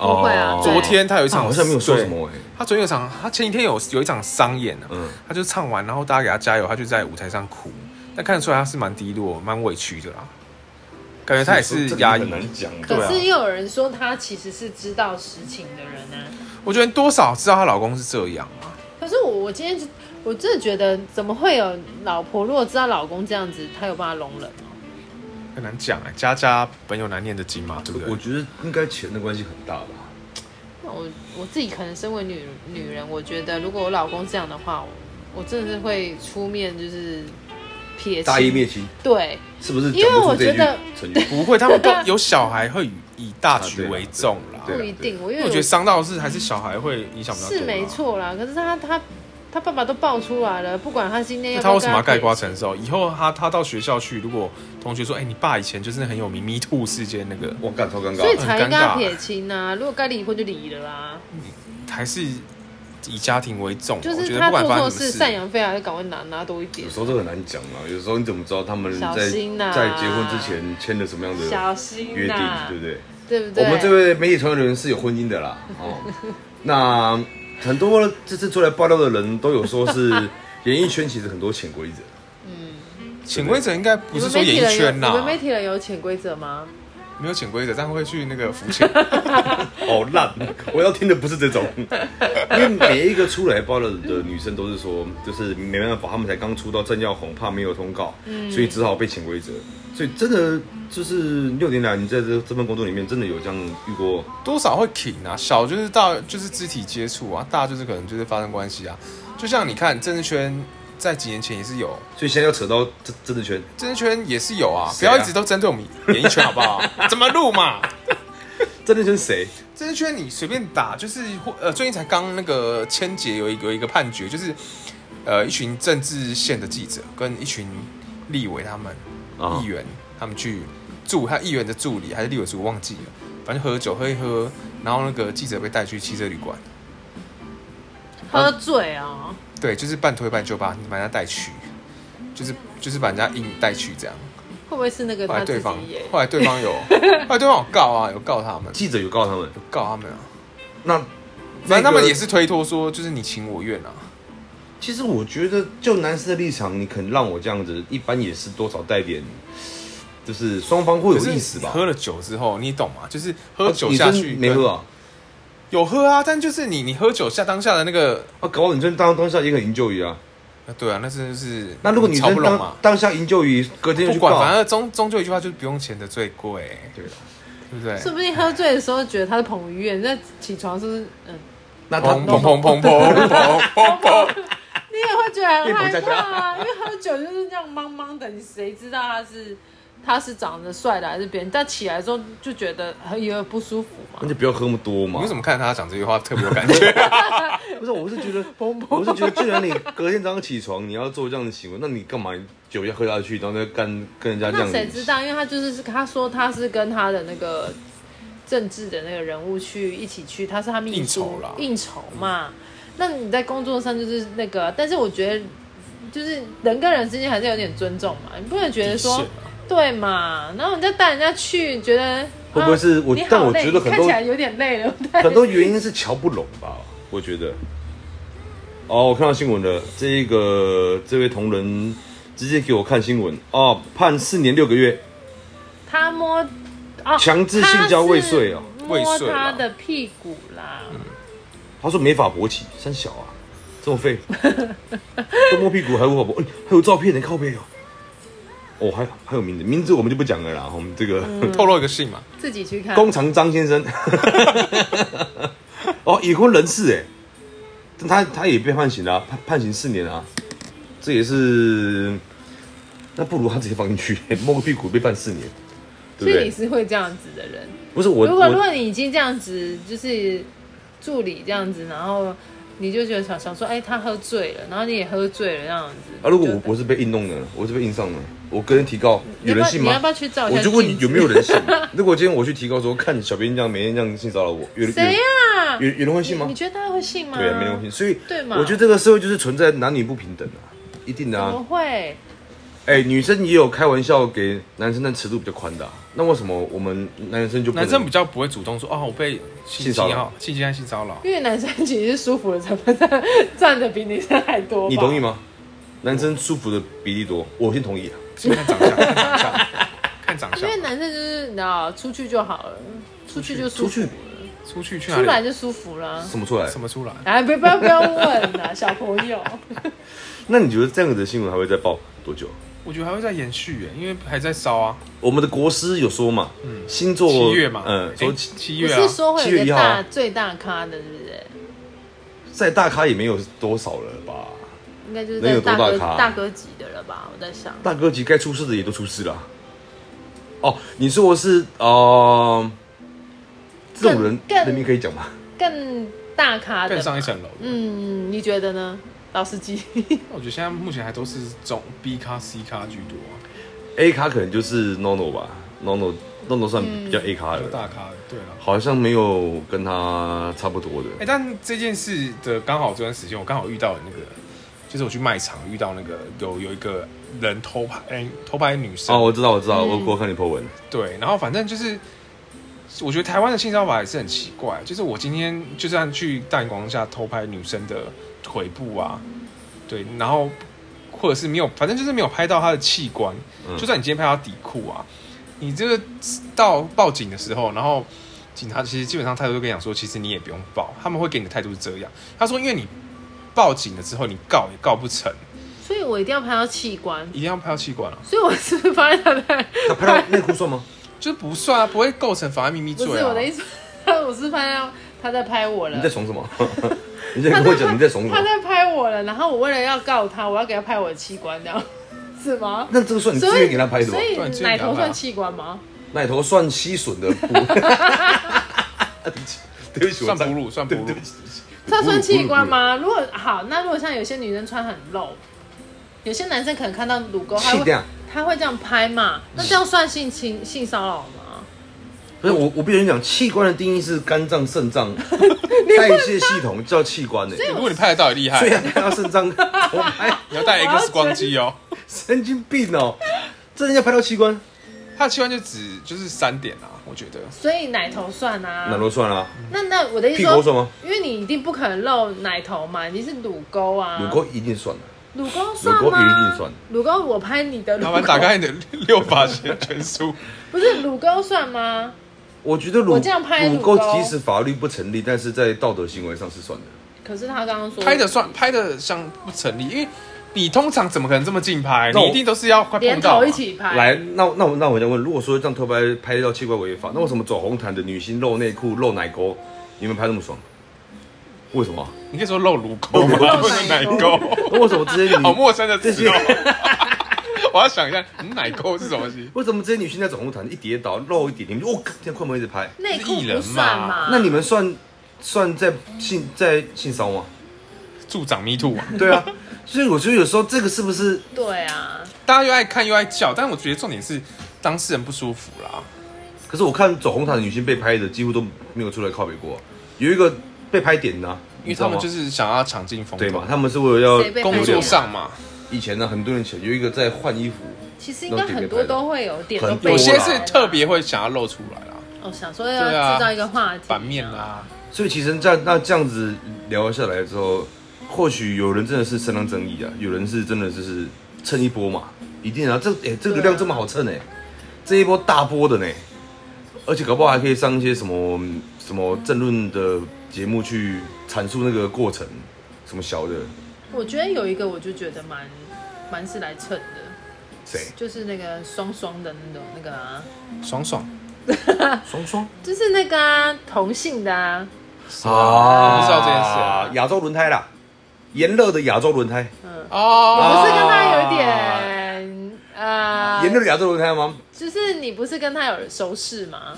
Speaker 2: 不会啊对
Speaker 3: 昨天她有一
Speaker 1: 他
Speaker 3: 场，
Speaker 1: 哦好像没有说
Speaker 3: 对
Speaker 1: 什。么哎、
Speaker 3: 她昨天有场，她前几天有有一场商演啊，
Speaker 1: 嗯
Speaker 3: 她就唱完，然后大家给她加油，她就在舞台上哭。但看得出来她是蛮低落、蛮委屈的啦，感觉她也是
Speaker 1: 哎这个
Speaker 3: 压抑
Speaker 1: 很。难讲。
Speaker 3: 对
Speaker 2: 可
Speaker 3: 啊
Speaker 2: 是又有人说他其实是知道实情的人啊。
Speaker 3: 我觉得多少知道她老公是这样啊。
Speaker 2: 可是我我今天就我真的觉得，怎么会有老婆如果知道老公这样子，她有办法容忍吗？
Speaker 3: 很难讲哎，家家本有难念的经嘛，对不对？
Speaker 1: 我觉得应该钱的关系很大吧。
Speaker 2: 那我我自己可能身为女女人，我觉得如果我老公这样的话，我我真的是会出面就是撇清
Speaker 1: 大义灭亲
Speaker 2: 对，
Speaker 1: 是不是
Speaker 2: 因为
Speaker 1: 讲不
Speaker 2: 我
Speaker 1: 出这
Speaker 2: 觉
Speaker 1: 句
Speaker 2: 得
Speaker 1: 成语？
Speaker 3: 不会，他们都有小孩会以以大局为重啦。
Speaker 1: 对
Speaker 2: 不
Speaker 1: 啦
Speaker 2: 一定。我因为
Speaker 3: 因为我觉得伤到的是还是小孩会影响比较多。啊
Speaker 2: 是没，错啦，可是他他他爸爸都爆出来了，不管他今天要
Speaker 3: 那
Speaker 2: 不要
Speaker 3: 他为什么要
Speaker 2: 跟他
Speaker 3: 盖瓜
Speaker 2: 撇啊
Speaker 3: 承受？以后他他到学校去，如果同学说，哎，你爸以前就是那很有名 Me Too 事件那个，
Speaker 1: 我感超尴
Speaker 2: 所以
Speaker 1: 尬。
Speaker 2: 才
Speaker 3: 很尴
Speaker 2: 应该
Speaker 3: 尬
Speaker 2: 撇清啊！如果该离婚就离了啊，
Speaker 3: 还是以家庭为重。
Speaker 2: 就
Speaker 3: 我觉
Speaker 2: 是
Speaker 3: 得
Speaker 2: 他
Speaker 3: 不管
Speaker 2: 做
Speaker 3: 发
Speaker 2: 错
Speaker 3: 生什么
Speaker 2: 事，
Speaker 3: 事
Speaker 2: 赡养费还是赶快拿拿多一点
Speaker 1: 有。时候这很难讲啊，有时候你怎么知道他们
Speaker 2: 小
Speaker 1: 在
Speaker 2: 心啊
Speaker 1: 在结婚之前签了什么样的
Speaker 2: 小心
Speaker 1: 约定
Speaker 2: 呐，，
Speaker 1: 对不对？
Speaker 2: 对不
Speaker 1: 我
Speaker 2: 对？
Speaker 1: 们这位媒体从业人员是有婚姻的啦。哦，那很多这次出来爆料的人都有说是 演艺圈其实很多潜规则，
Speaker 3: 潜规则应该不
Speaker 2: 你
Speaker 3: 是
Speaker 2: 们
Speaker 3: 说
Speaker 2: 媒体
Speaker 3: 演艺
Speaker 2: 人有
Speaker 3: 圈
Speaker 2: 你
Speaker 3: 呐，
Speaker 2: 们媒体人有潜规则吗？
Speaker 3: 没有潜规则，但会去那个浮潜。
Speaker 1: 好哦烂！我要听的不是这种，因为每一个出来爆料的女生都是说，就是没办法，她们才刚出道，正要红，怕没有通告，所以只好被潜规则。所以真的就是六年来，你在这这份工作里面，真的有这样遇过？
Speaker 3: 多少会挺啊，小就是大就是肢体接触啊，大就是可能就是发生关系啊。就像你看政治圈，在几年前也是有，
Speaker 1: 所以现在要扯到政政治圈，
Speaker 3: 政治圈也是有啊，不
Speaker 1: 谁啊
Speaker 3: 要一直都针对我们演艺圈好不 好？怎么录嘛？
Speaker 1: 政治圈谁？
Speaker 3: 政治圈你随便打，就是或呃最近才刚那个千杰有一个有一个判决，就是呃一群政治线的记者跟一群立委他们、
Speaker 1: 啊
Speaker 3: 议员他们去助他议员的助理还是立委助理忘记了，反正喝酒喝一喝，然后那个记者被带去汽车旅馆。
Speaker 2: 喝醉啊，
Speaker 3: 对，就是半推半就把把人家带去，就是就是把人家硬带去这样。
Speaker 2: 会不会是那个
Speaker 3: 后来
Speaker 2: 他
Speaker 3: 对
Speaker 2: 自
Speaker 3: 方
Speaker 2: 己也？
Speaker 3: 后来对 方有，后来对方有告啊，有告他们，
Speaker 1: 记者有告他们，
Speaker 3: 有告他们啊。
Speaker 1: 那
Speaker 3: 反正他
Speaker 1: 那
Speaker 3: 们
Speaker 1: 个
Speaker 3: 也是推脱说，就是你情我愿啊。
Speaker 1: 其实我觉得，就男生的立场，你肯让我这样子，一般也是多少带点，就是双方会有意思吧
Speaker 3: 可是你。喝了酒之后，你懂吗？就是喝
Speaker 1: 啊
Speaker 3: 酒
Speaker 1: 你
Speaker 3: 下
Speaker 1: 真
Speaker 3: 去、
Speaker 1: 没喝，啊？
Speaker 3: 有喝啊，但就是你你喝酒下当下的那个，
Speaker 1: 啊，搞不好女生当当下也很营救鱼啊。
Speaker 3: 啊对啊，那真的是
Speaker 1: 那如果女
Speaker 3: 瞧
Speaker 1: 生
Speaker 3: 不拢嘛
Speaker 1: 当，当下营救鱼，隔天就
Speaker 3: 不
Speaker 1: 去
Speaker 3: 管，
Speaker 1: 告啊
Speaker 3: 反正终终究一句话就是不用钱的最贵、
Speaker 1: 对啊了，
Speaker 3: 对不对？
Speaker 2: 说不定喝醉的时候觉得他是彭于晏，那起床是不是嗯？
Speaker 1: 那他
Speaker 3: 砰砰 砰砰砰砰砰砰。
Speaker 2: 你也会觉 得很
Speaker 1: 夜
Speaker 2: 害
Speaker 1: 不在
Speaker 2: 怕啊，因为喝酒就是这样茫茫的，你谁知道他是他是长得帅的还是别人？但起来之后就觉得很有点不舒服嘛
Speaker 1: 那。就不要喝那么多嘛
Speaker 3: 你为。什么看他讲这句话特别有感觉？
Speaker 1: 不是，我是觉得，我是觉得，既然你隔天早上起床你要做这样的行为，那你干嘛酒要喝下去，然后再干跟人家这
Speaker 2: 那
Speaker 1: 样子？
Speaker 2: 谁知道？因为他就是他说他是跟他的那个政治的那个人物去一起去，他是他秘书
Speaker 3: 应酬啦
Speaker 2: 应酬
Speaker 1: 嗯
Speaker 2: 嘛。那你在工作上就是那个，啊但是我觉得就是人跟人之间还是有点尊重嘛，你不能觉得
Speaker 3: 底
Speaker 2: 说
Speaker 3: 线啊
Speaker 2: 对嘛，然后你再带人家去，觉得
Speaker 1: 会不会是
Speaker 2: 啊
Speaker 1: 我
Speaker 2: 你好
Speaker 1: 但我
Speaker 2: 累
Speaker 1: 觉得
Speaker 2: 你
Speaker 1: 很
Speaker 2: 看
Speaker 1: 多
Speaker 2: 起来有点累了，但
Speaker 1: 很多原因是瞧不拢吧，我觉得。哦，我看到新闻了，这一个这位同仁直接给我看新闻哦，判四年六个月，
Speaker 2: 他摸啊，
Speaker 1: 强制性交未遂嗯哦
Speaker 2: 他是
Speaker 3: 未
Speaker 2: 摸
Speaker 3: 遂
Speaker 2: 他
Speaker 3: 啦
Speaker 2: 的屁股啦，
Speaker 1: 他说没法勃起，三小啊，这么废， 都摸屁股还无法勃，哎还有照片呢，靠背哦。哦，还有还有名字，名字我们就不讲了啦，我们这个、
Speaker 2: 嗯
Speaker 3: 透露一个信嘛，
Speaker 2: 自己去看。
Speaker 1: 弓长张先 生，哦，已婚人士哎，但他他也被判刑了、啊，判判刑四年啊，这也是，那不如他直接放进去， 摸个屁股被判四年，
Speaker 2: 所
Speaker 1: 对不
Speaker 2: 以
Speaker 1: 对？
Speaker 2: 你是会这样子的人。
Speaker 1: 不是我
Speaker 2: 如果如
Speaker 1: 我
Speaker 2: 果你已经这样子，就是助理这样子，然后你就觉得想想说，哎、他喝醉了，然后你也喝醉了这样子。
Speaker 1: 啊，如果
Speaker 2: 就
Speaker 1: 我我是被硬弄的呢，我是被硬上的，我跟人提告，有人信
Speaker 2: 你要
Speaker 1: 吗
Speaker 2: 不？要去照一下
Speaker 1: 我
Speaker 2: 镜子？
Speaker 1: 就问你有没有 人信？如果今天我去提告说，看小编这样每天这样性骚扰我，有人有
Speaker 2: 谁
Speaker 1: 人
Speaker 2: 呀、
Speaker 1: 有有人会信
Speaker 2: 你
Speaker 1: 吗
Speaker 2: 你？觉得大家会信吗？
Speaker 1: 对啊，没人会信，所以
Speaker 2: 对嘛
Speaker 1: 我觉得这个社会就是存在男女不平等啊，一定的
Speaker 2: 怎
Speaker 1: 啊。
Speaker 2: 么会？
Speaker 1: 哎、女生也有开玩笑给男生，但尺度比较宽的啊、那为什么我们男生就不能
Speaker 3: 男生比较不会主动说哦，我被性
Speaker 1: 性骚扰
Speaker 3: 侵扰、性侵害、性骚 扰。
Speaker 2: 因为男生其实是舒服的成分占占的比女生还多吧。
Speaker 1: 你同意吗？男生舒服的比例多，我先同意啊。
Speaker 3: 先看长相，看长相，看长
Speaker 2: 因为
Speaker 3: 相。
Speaker 2: 男生就是你知道，出去就好了，出去就舒
Speaker 1: 出
Speaker 2: 服
Speaker 1: 去
Speaker 2: 了，
Speaker 3: 出去去
Speaker 2: 出
Speaker 3: 哪
Speaker 2: 来
Speaker 3: 里？
Speaker 2: 就舒服了。
Speaker 1: 什么出来
Speaker 3: 什？么出来？
Speaker 2: 哎，不不要不要问啦，小朋 友。
Speaker 1: 那你觉得这样子的新闻还会再报多久？
Speaker 3: 我觉得还会再延续耶，因为还在烧啊。
Speaker 1: 我们的国师有说嘛，星座
Speaker 3: 嗯七月嘛，
Speaker 1: 嗯，
Speaker 3: 诶
Speaker 1: 说
Speaker 3: 七七
Speaker 2: 不
Speaker 3: 月
Speaker 2: 是
Speaker 3: 啊，
Speaker 2: 说会
Speaker 1: 七
Speaker 2: 有
Speaker 1: 月
Speaker 2: 一
Speaker 1: 一
Speaker 2: 个
Speaker 1: 号啊
Speaker 2: 大最大咖的，是不是？
Speaker 1: 再大咖也没有多少了吧？
Speaker 2: 应该就是
Speaker 1: 能
Speaker 2: 在
Speaker 1: 有多大
Speaker 2: 哥
Speaker 1: 咖
Speaker 2: 大哥级的了吧？我在想，
Speaker 1: 大哥级该出事的也都出事了啊、哦，你说的是呃，这种人
Speaker 2: 更更
Speaker 1: 人民可以讲吗？
Speaker 2: 更大咖的吧
Speaker 3: 更上一。层楼。
Speaker 2: 嗯，你觉得呢，老司机？
Speaker 3: 我觉得现在目前还都是中 B 咖、C 咖居多啊，
Speaker 1: A 咖可能就是 NONO 吧，NONO NONO 算
Speaker 2: 嗯
Speaker 1: 比较 A 咖
Speaker 3: 比
Speaker 1: 的，
Speaker 3: 较大咖的。对了，
Speaker 1: 好像没有跟他差不多的。
Speaker 3: 哎、但这件事的刚好这段时间，我刚好遇到那个，就是我去卖场遇到那个有有一个人偷拍，哎、偷拍女生。
Speaker 1: 哦，我知道，我知
Speaker 2: 嗯
Speaker 1: 道，我我看你 po 文，
Speaker 3: 对，然后反正就是，我觉得台湾的性骚扰法也是很奇怪，就是我今天就算去大庭广众下偷拍女生的腿部啊，对，然后或者是没有，反正就是没有拍到她的器官，
Speaker 1: 嗯
Speaker 3: 就算你今天拍到底裤啊，你这个到报警的时候，然后警察其实基本上态度就跟你讲说，其实你也不用报，他们会给你的态度是这样，他说因为你报警了之后，你告也告不成，
Speaker 2: 所以我一定要拍到器官。
Speaker 3: 一定要拍到器官啊，
Speaker 2: 所以我是不是发现他在？
Speaker 1: 他拍到内裤算 吗？
Speaker 3: 就是不算啊，不会构成妨碍秘 密
Speaker 2: 不
Speaker 3: 罪啊。
Speaker 2: 是我的意思， 我是发现他在拍我了
Speaker 1: 你在。怂什么？ 你在跟我讲你在怂什
Speaker 2: 他
Speaker 1: 么？
Speaker 2: 在拍我了，然后我为了要告他，我要给他拍我的器官，这样 是吗？
Speaker 1: 那这个算你自
Speaker 2: 所以
Speaker 1: 愿给他拍的吧
Speaker 2: 所？
Speaker 3: 对你自
Speaker 2: 以
Speaker 3: 愿
Speaker 2: 奶
Speaker 3: 给他拍啊
Speaker 2: 头算器官吗？
Speaker 1: 奶头算吸吮的 部位。 对不起，对不起，我
Speaker 3: 算
Speaker 1: 脏
Speaker 3: 哺乳，算哺乳
Speaker 1: 对不。起对不起
Speaker 2: 这算器官吗？如果好，那如果像有些女生穿很露，有些男生可能看到乳沟，他
Speaker 1: 气
Speaker 2: 会
Speaker 1: 量。
Speaker 2: 他会这样拍嘛？那这样算性侵性骚扰吗？
Speaker 1: 不是我，我必须讲，器官的定义是肝脏、肾 脏、代谢系统叫器官呢。欸
Speaker 3: 如果你拍得到也厉害
Speaker 1: 虽，然拍到肾 脏，我拍。
Speaker 3: 你要带 X 光机哦。
Speaker 1: 神经病哦！这人家拍到器官，
Speaker 3: 它的器官就只就是三点啊，我觉得
Speaker 2: 所以奶头算啊
Speaker 1: 哪。都算啦、
Speaker 2: 那那我的意思
Speaker 1: 屁股算
Speaker 2: 说，
Speaker 1: 吗？
Speaker 2: 因为你一定不可能露奶头嘛，你是乳沟啊。
Speaker 1: 乳沟一定算的，
Speaker 2: 乳沟算吗？
Speaker 1: 乳沟一定算。
Speaker 2: 乳沟我拍你的乳
Speaker 3: 麻
Speaker 2: 沟
Speaker 3: 烦，打开你的六法全 全书。
Speaker 2: 不是乳沟算吗？
Speaker 1: 我觉得乳
Speaker 2: 我这样拍
Speaker 1: 乳
Speaker 2: 乳
Speaker 1: 沟
Speaker 2: 沟
Speaker 1: 即使法律不成立，但是在道德行为上是算的。
Speaker 2: 可是他刚刚说
Speaker 3: 拍的算拍的像不成立，因为你通常怎么可能这么近拍？
Speaker 1: 那我
Speaker 3: 你一定都是要快
Speaker 2: 连
Speaker 3: 碰到
Speaker 2: 头
Speaker 3: 嘛
Speaker 2: 一。起拍，
Speaker 1: 来，那那我那我再问，如果说这样偷拍拍到器官违法，那为什么走红毯的女星露内裤、露奶沟，你们拍那么爽？为什么？
Speaker 3: 你可以说露乳沟吗？
Speaker 2: 露
Speaker 3: 不是奶
Speaker 2: 奶 沟
Speaker 3: 沟，
Speaker 1: 那为什么这些女
Speaker 3: 好陌生的
Speaker 1: 这
Speaker 3: 词
Speaker 1: 些
Speaker 3: 哦。我要想一下，嗯奶沟是什么东西？
Speaker 1: 为什么这些女星在走红毯一跌倒露一点，你们就哦，这样快门一直拍？
Speaker 2: 内裤
Speaker 3: 是艺人
Speaker 2: 不算
Speaker 3: 嘛
Speaker 2: 嘛？
Speaker 1: 那你们算算在性在性骚吗？
Speaker 3: 助长 me too 啊！
Speaker 1: 对啊， 所以我觉得有时候这个是不是
Speaker 2: 对啊，
Speaker 3: 大家又爱看又爱叫，但我觉得重点是当事人不舒服啦。
Speaker 1: 可是我看走红毯的女性被拍的几乎都没有出来靠北过，有一个被拍点的啊、
Speaker 3: 因
Speaker 1: 你
Speaker 3: 为
Speaker 1: 知道
Speaker 3: 他
Speaker 1: 吗
Speaker 3: 们就是想要抢进风
Speaker 1: 对
Speaker 3: 头
Speaker 1: 嘛，，他们是为了要
Speaker 2: 谁被拍
Speaker 3: 工
Speaker 1: 有
Speaker 3: 作
Speaker 1: 点
Speaker 3: 上嘛，
Speaker 1: 以前呢，很多人前有一个在换衣服，
Speaker 2: 其实应该很多都会有点都
Speaker 1: 很多
Speaker 2: 被
Speaker 1: 啦
Speaker 3: 有
Speaker 2: 拍
Speaker 3: 些
Speaker 2: 到
Speaker 3: 是特别会想要露出来啦，
Speaker 2: 哦，想说要
Speaker 3: 对啊
Speaker 2: 制造一个话题
Speaker 3: 版面
Speaker 1: 啊
Speaker 3: 啊啦，
Speaker 1: 所以其实这样那这样子聊下来之后，或许有人真的是相当正义啊，有人是真的就是蹭一波嘛，一定啊，这哎、这流量这么好蹭哎、这一波大波的呢，而且搞不好还可以上一些什么什么政论的节目去阐述那个过程，什么小的
Speaker 2: 我觉得有一个我就觉得蛮蛮是来蹭的，
Speaker 1: 谁
Speaker 2: 就是那个双双的那种那个啊，
Speaker 3: 爽爽
Speaker 1: 双双
Speaker 2: 就是那个啊同性的啊，
Speaker 3: 我不知道这件事啊
Speaker 1: 啊，亚洲轮胎啦，炎热的亚洲轮胎，
Speaker 3: 哦，
Speaker 1: 啊
Speaker 2: 不是跟他有一点呃，
Speaker 1: 炎热的亚洲轮胎吗？
Speaker 2: 就是你不是跟他有熟识吗？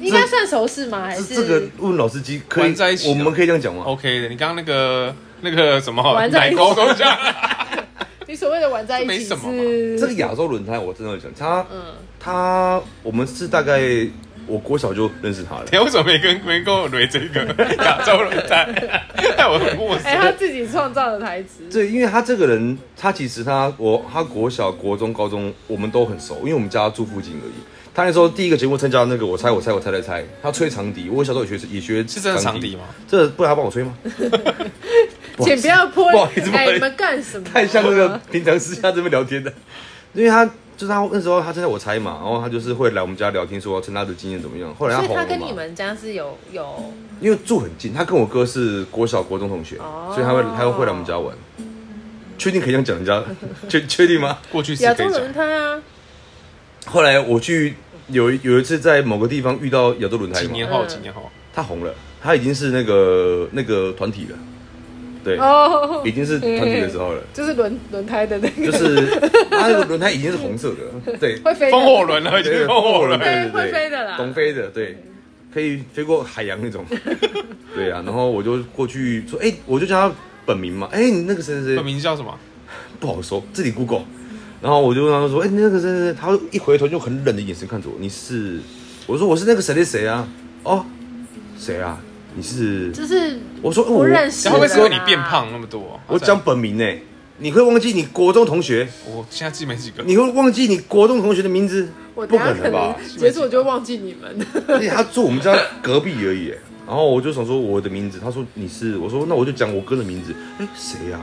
Speaker 2: 应该算熟识吗？还
Speaker 1: 这
Speaker 2: 是
Speaker 1: 这个问老司机可以
Speaker 3: 玩在一起，啊
Speaker 1: 我
Speaker 3: 的
Speaker 1: 们可以这样讲吗？
Speaker 3: OK 的。你刚刚那个那个什么
Speaker 2: 玩在一
Speaker 3: 奶
Speaker 2: 起
Speaker 3: 沟沟酱，
Speaker 2: 你所谓的玩在一
Speaker 3: 这
Speaker 2: 起
Speaker 3: 没什么嘛
Speaker 2: 是
Speaker 1: 这个亚洲轮胎，我真的讲，他
Speaker 2: 嗯，
Speaker 1: 他，我们是大概我国小就认识他了
Speaker 3: 你。哎为什么没跟没跟我捋这个亚洲人在？害我很陌
Speaker 2: 哎、他
Speaker 3: 生。
Speaker 2: 自己创造的台词，
Speaker 1: 对，因为他这个人，他其实他我他国小、国中、高中我们都很熟，因为我们家住附近而已。他那时候第一个节目参加那个我猜我猜我猜猜猜，他吹长笛，我小时候也学也学
Speaker 3: 是真的长笛吗？
Speaker 1: 这不然他帮我吹 吗？不好意
Speaker 2: 请
Speaker 1: 思
Speaker 2: 不要泼
Speaker 1: 不好意思，不好
Speaker 2: 哎、
Speaker 1: 意思
Speaker 2: 你们干什么？嗯
Speaker 1: 太像那个平常私下这边聊天的，因为他就是他那时候他参加我猜嘛，然后他就是会来我们家聊天，说趁他的经验怎么样。后来他
Speaker 2: 所以
Speaker 1: 红了
Speaker 2: 他
Speaker 1: 嘛，
Speaker 2: 跟你们家是有有
Speaker 1: 因为住很近，他跟我哥是国小、国中同学，
Speaker 2: 哦
Speaker 1: 所以他会他会来我们家玩。确定可以这样讲人家？ 确确定吗？
Speaker 3: 过去是
Speaker 2: 亚
Speaker 3: 可
Speaker 2: 洲
Speaker 3: 以讲
Speaker 2: 轮胎啊，
Speaker 1: 后来我去有一有一次在某个地方遇到亚洲轮胎
Speaker 3: 几
Speaker 1: 嘛，
Speaker 3: 年后，
Speaker 2: 嗯
Speaker 3: 几年后，
Speaker 1: 他红了，他已经是那个那个团体了，对，
Speaker 2: 哦，
Speaker 1: 已经是团体的时候了，
Speaker 2: 就是轮轮胎的那
Speaker 1: 就
Speaker 2: 个，
Speaker 1: 是他那个轮胎已经是红色的了，对，
Speaker 2: 会飞的
Speaker 3: 风火轮了，已经
Speaker 1: 对
Speaker 3: 风火轮了。
Speaker 1: 对对
Speaker 2: 会
Speaker 1: 对，
Speaker 2: 飞的啦
Speaker 1: 懂飞的，对，可以飞过海洋那 种。对啊，然后我就过去说，哎、我就叫他本名嘛，哎、你那个谁谁
Speaker 3: 这
Speaker 1: 谁
Speaker 3: 名字叫什么？
Speaker 1: 不好说，自己 Google。然后我就问他说，哎、你那个谁谁谁，他一回头就很冷的眼神看着我，你是？我说我是那个谁谁谁啊，哦，谁啊？你是？
Speaker 2: 就是
Speaker 1: 我说、哦
Speaker 2: 不认识的啦
Speaker 3: 然后会不会是因为你变胖那么多？
Speaker 1: 我，我讲本名呢、你会忘记你国中同学，
Speaker 3: 我现在记没几个。
Speaker 1: 你会忘记你国中同学的名字，
Speaker 2: 我
Speaker 1: 不
Speaker 2: 等
Speaker 1: 可
Speaker 2: 下
Speaker 1: 能吧
Speaker 2: 能？结束我就忘记你们，
Speaker 1: 而且他住我们家隔壁而已耶。然后我就想说我的名字，他说你是，我说那我就讲我哥的名字。哎，谁呀、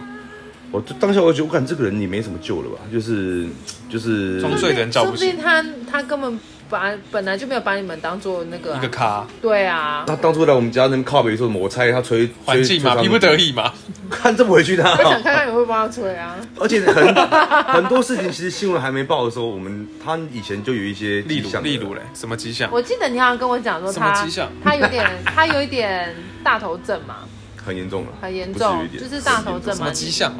Speaker 1: 我就当下我就觉得，我感觉这个人你没什么救了吧？就是就是，
Speaker 3: 装醉的人叫
Speaker 2: 说不
Speaker 3: 不醒
Speaker 2: 定他他根本把本来就没有把你们当做那个啊、
Speaker 3: 一个咖，
Speaker 2: 对啊，
Speaker 1: 他当初来我们家那边靠北说什么，我猜他吹
Speaker 3: 环境嘛，逼不得，已嘛。
Speaker 1: 吹吹上看这么回去他
Speaker 2: 我。想看看你会帮他吹啊，
Speaker 1: 而且很 很多事情，其实新闻还没报的时候，我们他以前就有一些
Speaker 3: 例
Speaker 1: 迹
Speaker 3: 如，
Speaker 1: 象了，
Speaker 3: 例如嘞，什么迹 象？
Speaker 2: 我记得你好像跟我讲说
Speaker 3: 什么
Speaker 2: 他
Speaker 3: 迹象
Speaker 2: 他有 点他有一点大头症嘛，
Speaker 1: 很严重了，
Speaker 2: 很严
Speaker 1: 不
Speaker 2: 重
Speaker 1: 是有一，点
Speaker 2: 就是大头症
Speaker 3: 什
Speaker 2: 嘛
Speaker 3: 么，迹象啊？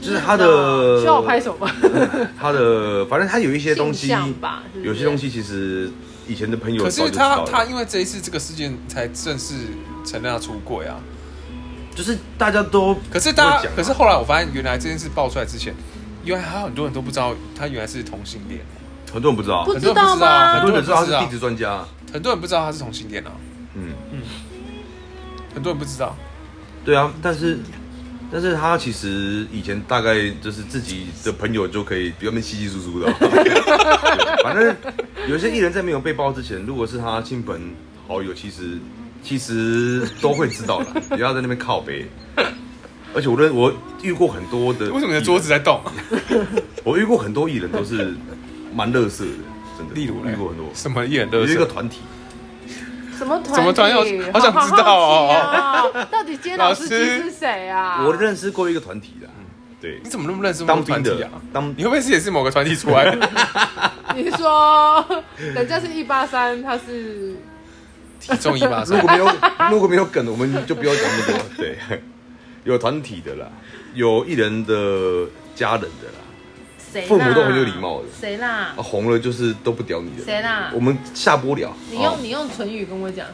Speaker 1: 就是他的
Speaker 2: 需要我拍手吗？
Speaker 1: 他的，反正他有一些东西
Speaker 2: 性向吧是不是
Speaker 1: 有些东西其实以前的朋友
Speaker 3: 可
Speaker 1: 早
Speaker 3: 是
Speaker 1: 就知道
Speaker 3: 他
Speaker 1: 了
Speaker 3: 他因为这一次这个事件才正式承认他出柜啊。
Speaker 1: 就是大家都
Speaker 3: 可是
Speaker 1: 不会
Speaker 3: 大家
Speaker 1: 讲，啊
Speaker 3: 可是后来我发现，原来这件事爆出来之前，原来还有很多人都不知道他原来是同性恋，
Speaker 1: 很多人不知道，
Speaker 2: 不
Speaker 1: 很
Speaker 2: 知道
Speaker 1: 多
Speaker 2: 吗
Speaker 1: 人
Speaker 3: 很？多
Speaker 1: 不
Speaker 3: 人
Speaker 1: 知
Speaker 3: 不
Speaker 1: 道他
Speaker 3: 知
Speaker 1: 是
Speaker 3: 道啊
Speaker 1: 地，质专家，
Speaker 3: 很多人不知道他是同性恋啊，
Speaker 1: 嗯，
Speaker 3: 很多人不知道。
Speaker 1: 对啊，但是但是他其实以前大概就是自己的朋友就可以不要那么稀稀疏 疏的，对反正有些艺人在没有被爆之前，如果是他亲朋好友，其实其实都会知道 的，不要在那边靠背。而且我认我遇过很多的，
Speaker 3: 为什么你的桌子？在动？
Speaker 1: 我遇过很多艺人都是蛮乐色的，真的。
Speaker 3: 例如嘞
Speaker 1: 遇过很多，
Speaker 3: 什么艺人都
Speaker 1: 有
Speaker 3: 有
Speaker 1: 一个团体，
Speaker 2: 什么团体？
Speaker 3: 怎么突然要好想知道哦
Speaker 2: 好好奇哦！到底今天老司机是谁啊？
Speaker 1: 我认识过一个团体
Speaker 3: 嗯
Speaker 1: 的，对
Speaker 3: 你，怎么那么认识某
Speaker 1: 当
Speaker 3: 个团
Speaker 1: 兵
Speaker 3: 体
Speaker 1: 的
Speaker 3: 啊？，
Speaker 1: 当
Speaker 3: 你会不会是也是某个团体出 来的？
Speaker 2: 你说人家是一八三，他是
Speaker 3: 体重一
Speaker 2: 啊
Speaker 3: 八
Speaker 1: 如
Speaker 3: 三
Speaker 1: 果，没有 如果没有梗，我们就不要讲那么多。 对，有团体的啦，有艺人的家人的啦，
Speaker 2: 谁啦？
Speaker 1: 父母都很有礼貌的
Speaker 2: 谁啦
Speaker 1: 啊、？红了就是都不屌你的。
Speaker 2: 谁啦
Speaker 1: 我？们下播聊。
Speaker 2: 你用
Speaker 1: 哦
Speaker 2: 你用唇语跟我讲，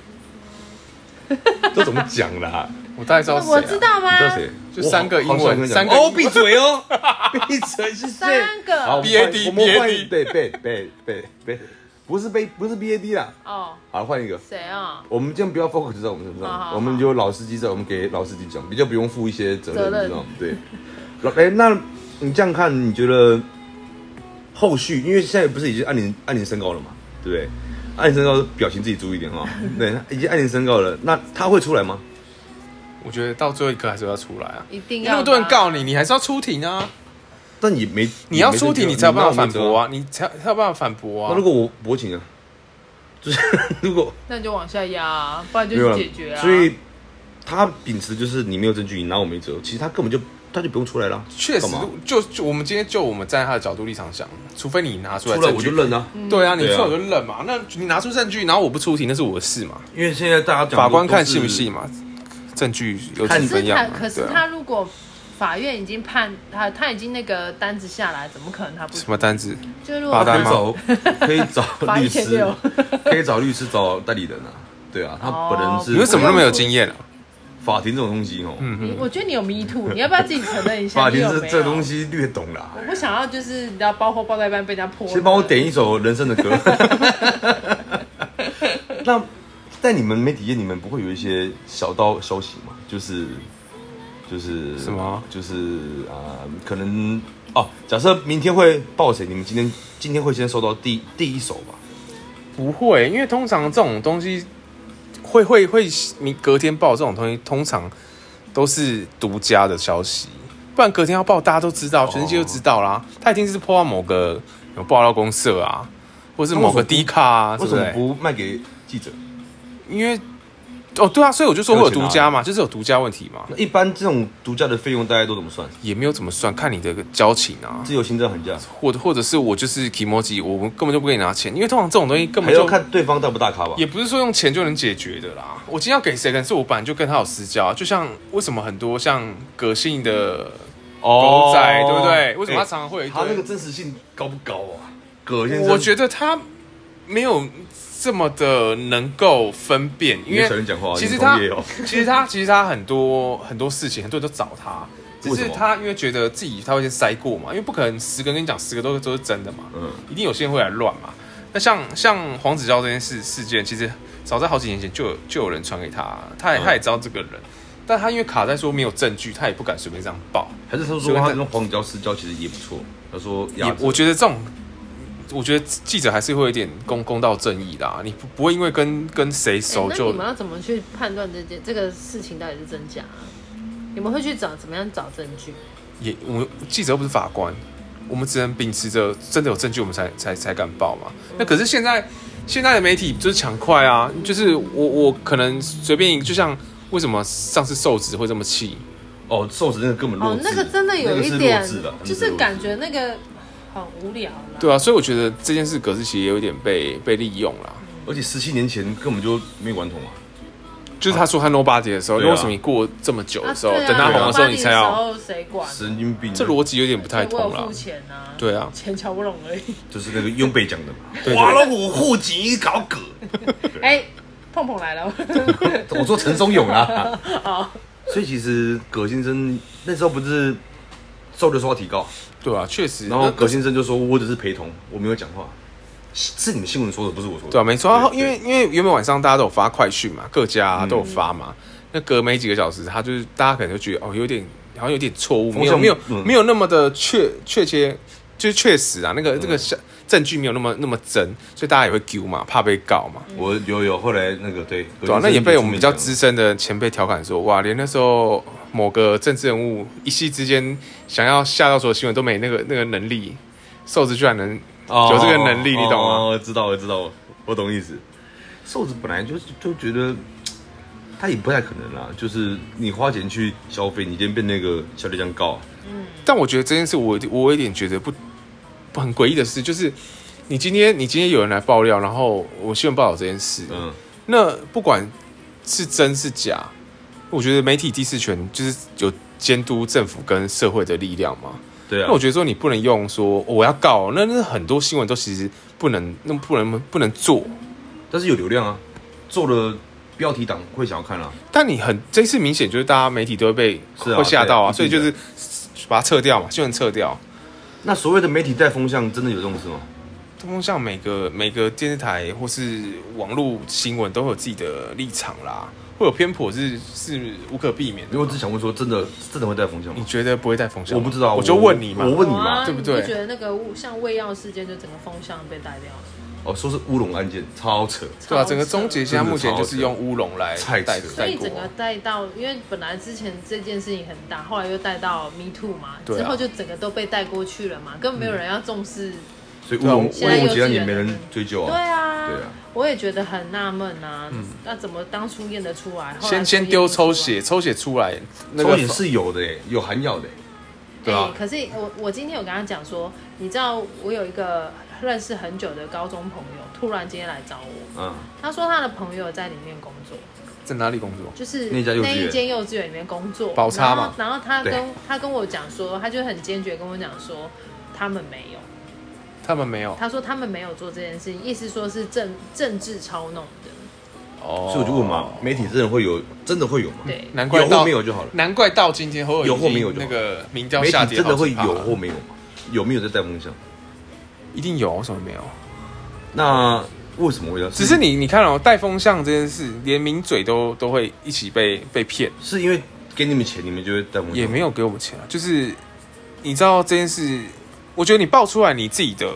Speaker 1: 这怎么讲 啦？
Speaker 3: 我大概知道谁啊
Speaker 2: 我知道吗
Speaker 1: 你？知道谁？
Speaker 3: 就三个英文
Speaker 1: 我好想跟你讲
Speaker 3: 三个英
Speaker 1: 哦
Speaker 3: 文，
Speaker 1: 闭嘴哦，闭嘴是谁？
Speaker 2: 三个
Speaker 1: 好，我们换
Speaker 3: BAD
Speaker 1: 我们换
Speaker 3: BAD
Speaker 1: 对，背背背背，不是被不是 BAD 啦。
Speaker 2: 哦，
Speaker 1: 好，换一个。
Speaker 2: 谁啊？
Speaker 1: 我们这样不要 focus 在我们身
Speaker 2: 好好
Speaker 1: 上，
Speaker 2: 好
Speaker 1: 我们有老司机在，我们给老司机讲，比较不用负一些责
Speaker 2: 责
Speaker 1: 任，
Speaker 2: 任
Speaker 1: 你知道吗？对。老哎，那你这样看，你觉得后续，因为现在不是已经按年按年升高了嘛，对不对？按年升高，表情自己注意一点 哈、对，已经按年升高了，那他会出来吗？
Speaker 3: 我觉得到最后一刻还是要出来啊。
Speaker 2: 一定
Speaker 3: 你
Speaker 2: 要吧
Speaker 3: 那么多人告你，你还是要出庭啊！
Speaker 1: 但也没
Speaker 3: 你要
Speaker 1: 也没
Speaker 3: 出庭，
Speaker 1: 证据
Speaker 3: 你才有办法反驳。
Speaker 1: 那我没辙
Speaker 3: 啊！你才才有办法反驳
Speaker 1: 那
Speaker 3: 啊
Speaker 1: 如！果我薄情啊，就是 如果
Speaker 2: 那你就往下压啊，不然就
Speaker 1: 没有了
Speaker 2: 去解决啊。
Speaker 1: 所以他秉持就是你没有证据，你拿我没辙，其实他根本就他就不用出来了，
Speaker 3: 确实
Speaker 1: 干嘛，
Speaker 3: 就就我们今天就我们站在他的角度立场想，除非你拿出来
Speaker 1: 出来
Speaker 3: 证
Speaker 1: 我就
Speaker 3: 据，
Speaker 1: 认啊。
Speaker 3: 对啊，你出
Speaker 1: 对啊
Speaker 3: 来我就认嘛。那你拿出证据，然后我不出庭，那是我的事嘛。
Speaker 1: 因为现在大家讲
Speaker 3: 法官看信不信，嘛，证据有
Speaker 1: 看
Speaker 2: 可
Speaker 3: 几
Speaker 2: 是
Speaker 3: 分样
Speaker 2: 他，
Speaker 3: 嘛？
Speaker 2: 可是
Speaker 3: 对
Speaker 2: 他
Speaker 3: 啊，
Speaker 2: 如果法院已经判他，他已经那个单子下来，怎么可能他不？
Speaker 3: 什么单子？
Speaker 2: 就如
Speaker 3: 罚
Speaker 2: 果
Speaker 1: 可
Speaker 3: 单
Speaker 1: 以
Speaker 3: 吗
Speaker 1: 找可以找
Speaker 2: 罚
Speaker 1: 律师
Speaker 2: 1600，
Speaker 1: 可以找律师找代理人啊。对啊，他本人是
Speaker 3: 你为什么那么嗯有经验啊？
Speaker 1: 法庭这种东西哦，
Speaker 2: 你我觉得你有 me too，你要不要自己承认一下？
Speaker 1: 法
Speaker 2: 你
Speaker 1: 庭
Speaker 2: 有
Speaker 1: 是
Speaker 2: 没有
Speaker 1: 这东，西略懂啦。
Speaker 2: 我不想要就是你知道包货包在一半被人家泼。
Speaker 1: 先帮我点一首人生的歌。那在你们媒体业，你们不会有一些小道消息吗？就是就是
Speaker 3: 什么
Speaker 1: 就是啊、呃可能哦，假设明天会报谁，你们今天今天会先收到第第一手吧？
Speaker 3: 不会，因为通常这种东西会会会，你隔天报这种东西，通常都是独家的消息，不然隔天要报，大家都知
Speaker 1: 哦
Speaker 3: 道，全世界都知道啦。他一定是破到某个有爆料公社啊，或是某个低卡啊，
Speaker 1: 为
Speaker 3: 对
Speaker 1: 什
Speaker 3: 不
Speaker 1: 么
Speaker 3: 对？
Speaker 1: 不卖给记者？
Speaker 3: 因为哦，对啊，所以我就说会有独家嘛，就是有独家问题嘛，
Speaker 1: 那一般这种独家的费用大概都怎么算？
Speaker 3: 也没有怎么算，看你的交情啊，
Speaker 1: 自由行政寒假，
Speaker 3: 或者或者是我就是 i m o j i 我根本就不给你拿钱，因为通常这种东西根
Speaker 1: 还
Speaker 3: 本就
Speaker 1: 要看对方大不大咖吧？
Speaker 3: 也不是说用钱就能解决的啦。我今天要给谁，可能是我本来就跟他有私交啊、就像为什么很多像葛姓的狗仔，对不对？为什么他常常会有一
Speaker 1: 他那个
Speaker 3: 堆？
Speaker 1: 真实性高不高啊？葛先生，
Speaker 3: 我觉得他没有这么的能够分辨，因
Speaker 1: 你
Speaker 3: 为
Speaker 1: 小心讲话，
Speaker 3: 其实
Speaker 1: 你同
Speaker 3: 他
Speaker 1: 业哦。
Speaker 3: 其实他其实他很多很多事情，很多人都找他，只
Speaker 1: 为什
Speaker 3: 是
Speaker 1: 么
Speaker 3: 他因为觉得自己他会先筛过嘛，因为不可能十个跟你讲十个都都是真的嘛，
Speaker 1: 嗯
Speaker 3: 一定有些人会来乱嘛。那像像黄子佼这件事事件，其实早在好几年前就有就有人传给他，他也、
Speaker 1: 嗯
Speaker 3: 他也知道这个人，但他因为卡在说没有证据，他也不敢随便这样报。
Speaker 1: 还是他说他跟黄子佼私交其实也不错。他说
Speaker 3: 也
Speaker 1: 呀，
Speaker 3: 我觉得这种，我觉得记者还是会有一点公公道正义的、啊，你不不会因为跟跟谁
Speaker 2: 哎
Speaker 3: 熟
Speaker 2: 那
Speaker 3: 就
Speaker 2: 你们要怎么去判断这件这个事情到底是真假啊？你们会去找怎么样找证据？
Speaker 3: 也我们记者又不是法官，我们只能秉持着真的有证据，我们才才才敢报嘛。那可是现在现在的媒体就是抢快啊，就是我我可能随便一个，就像为什么上次瘦子会这么气，
Speaker 1: 哦，瘦子那个根本弱
Speaker 2: 哦
Speaker 1: 智，，
Speaker 2: 那个真的有一点
Speaker 1: 那个是弱智的，
Speaker 2: 就是感觉那个很无聊啦。
Speaker 3: 对啊，所以我觉得这件事格式其实也有点被被利用啦。
Speaker 1: 那个是弱智的，而且十七年前根本就没有顽童啊。
Speaker 3: 就是他说他 nobody 的时候，
Speaker 1: 对啊
Speaker 3: 为什么你过这么久
Speaker 2: 啊
Speaker 3: 的时候，
Speaker 2: 对啊
Speaker 3: 哦等他红的时候你才
Speaker 2: 八
Speaker 3: 要？
Speaker 2: 零的时候谁管啊？
Speaker 1: 神经病，
Speaker 3: 这逻辑有点不太
Speaker 2: 我有
Speaker 3: 通啦
Speaker 2: 付。钱啊，
Speaker 3: 对啊，
Speaker 2: 钱瞧不拢而已。
Speaker 1: 就是那个用背讲的嘛。
Speaker 3: 对
Speaker 1: 哇，了我户籍搞葛，
Speaker 2: 哎、碰碰来了，
Speaker 1: 我说陈松勇啊。
Speaker 2: 好，
Speaker 1: 所以其实葛先生那时候不是瘦的说要提高，
Speaker 3: 对啊，确实。
Speaker 1: 然后
Speaker 3: 那
Speaker 1: 葛先生就说我只是陪同，我没有讲话，是你们新闻说的，不是我说的。
Speaker 3: 对啊，没错啊，
Speaker 1: 对嗯
Speaker 3: 因为因为原本晚上大家都有发快讯嘛，各家、都有发嘛。那隔没几个小时，他就是大家可能就觉得哦，有点好像有点错误，没
Speaker 1: 风
Speaker 3: 有
Speaker 1: 向
Speaker 3: 没有、
Speaker 1: 嗯
Speaker 3: 没有那么的确确切，就是确实啊，那
Speaker 1: 嗯
Speaker 3: 个这个小证据没有那么那么真，所以大家也会丢嘛，怕被告嘛。
Speaker 1: 我有有后来那个对，葛先，
Speaker 3: 对啊
Speaker 1: 生
Speaker 3: 那也被我们比较
Speaker 1: 出面讲
Speaker 3: 资深的前辈调侃说，哇，连那时候某个政治人物一夕之间想要下到所有新闻都没那个那个能力，瘦子居然能
Speaker 1: 哦
Speaker 3: 有这个能力你懂吗
Speaker 1: 哦我知道，我知道，我懂意思。瘦子本来就是就觉得他也不太可能啦，就是你花钱去消费，你今天被那个小姐这样告，
Speaker 3: 但我觉得这件事我，我有一点觉得不不很诡异的事，就是你今天你今天有人来爆料，然后我新闻报道这件事，
Speaker 1: 嗯，
Speaker 3: 那不管是真是假，我觉得媒体第四权就是有监督政府跟社会的力量嘛。
Speaker 1: 对啊
Speaker 3: 那我。觉得说你不能用说、哦我要告，那那很多新闻都其实不能，那不能不能做。
Speaker 1: 但是有流量啊，做了标题党会想要看啊，
Speaker 3: 但你很这次明显就是大家媒体都会被、
Speaker 1: 是啊
Speaker 3: 会吓到啊，
Speaker 1: 对
Speaker 3: 所以
Speaker 1: 一定
Speaker 3: 就
Speaker 1: 的
Speaker 3: 是把它撤掉嘛，新闻撤掉。
Speaker 1: 那所谓的媒体带风向，真的有这种事吗？
Speaker 3: 通通像每个每个电视台或是网络新闻都有自己的立场啦，会有偏颇是是无可避免的
Speaker 1: 因为。我只想问说，真的真的会带风向
Speaker 2: 嗯
Speaker 3: 你
Speaker 1: 吗？
Speaker 3: 觉得不会带风向
Speaker 1: 我
Speaker 3: 吗？
Speaker 1: 不知道，
Speaker 3: 我就问你嘛。
Speaker 1: 我问你嘛
Speaker 2: 啊，
Speaker 3: 对不对
Speaker 2: 你觉得那个雾像胃药事件，就整个风向被带掉了，
Speaker 1: 哦，说是乌龙案件，超扯，
Speaker 3: 对啊，
Speaker 2: 超
Speaker 3: 整个终结
Speaker 2: 扯
Speaker 3: 现在目前就是用乌龙来
Speaker 1: 太扯
Speaker 3: 带
Speaker 1: 了
Speaker 2: 所
Speaker 3: 带
Speaker 2: 以
Speaker 3: 过
Speaker 2: 整个
Speaker 3: 啊。
Speaker 2: 带到，因为本来之前这件事情很大，后来又带到 Me Too 嘛，
Speaker 3: 对啊嗯
Speaker 2: 之后就整个都被带过去了嘛，根本没有人要重视。
Speaker 1: 所以乌龙乌
Speaker 2: 啊现在
Speaker 1: 龙
Speaker 2: 幼稚
Speaker 1: 结案也
Speaker 2: 园
Speaker 1: 没人
Speaker 2: 的
Speaker 1: 追究
Speaker 3: 哦
Speaker 2: 对
Speaker 1: 啊。
Speaker 2: 啊，
Speaker 1: 对啊
Speaker 2: 我也觉得很纳闷啊，那怎么当初验得出来？后来
Speaker 3: 嗯先
Speaker 2: 就
Speaker 3: 先
Speaker 2: 验
Speaker 3: 丢
Speaker 2: 不出来
Speaker 3: 抽血，，抽血出来，那
Speaker 1: 抽
Speaker 3: 个
Speaker 1: 检是有的耶，有含药的耶，对
Speaker 2: 哎、
Speaker 1: 啊
Speaker 2: 可是我我今天有跟他讲说，你知道我有一个认识很久的高中朋友，突然今天来找我，
Speaker 1: 嗯，
Speaker 2: 他说他的朋友在里面工作，
Speaker 3: 在哪里工作？
Speaker 2: 就是
Speaker 1: 那家幼稚园
Speaker 2: 一间幼稚园里面工作，
Speaker 3: 宝叉嘛
Speaker 2: 然后然后他
Speaker 1: 对
Speaker 2: 跟他跟我讲说，他就很坚决跟我讲说，他们没有，
Speaker 3: 他们没有
Speaker 2: 他说他们没有做这件事情，意思说是政政治操弄的，
Speaker 3: 哦，
Speaker 1: 所以我就问嘛，媒体真的会有，真的会有吗？
Speaker 2: 对，
Speaker 3: 难怪
Speaker 1: 有
Speaker 3: 到
Speaker 1: 或没有就好了，
Speaker 3: 难怪到今天侯友宜
Speaker 1: 有或没有就
Speaker 3: 那
Speaker 1: 好
Speaker 3: 个民调
Speaker 1: 媒
Speaker 3: 下
Speaker 1: 体
Speaker 3: 跌，
Speaker 1: 真的会有或，没有吗？有没有在带风向？
Speaker 3: 一定有，为什么没有？
Speaker 1: 那为什么会要？
Speaker 3: 只是你你看哦，带风向这件事，连名嘴都都会一起被被骗，
Speaker 1: 是因为给你们钱，你们就会带风向，
Speaker 3: 也没有给我们钱啊。就是你知道这件事，我觉得你爆出来你自己的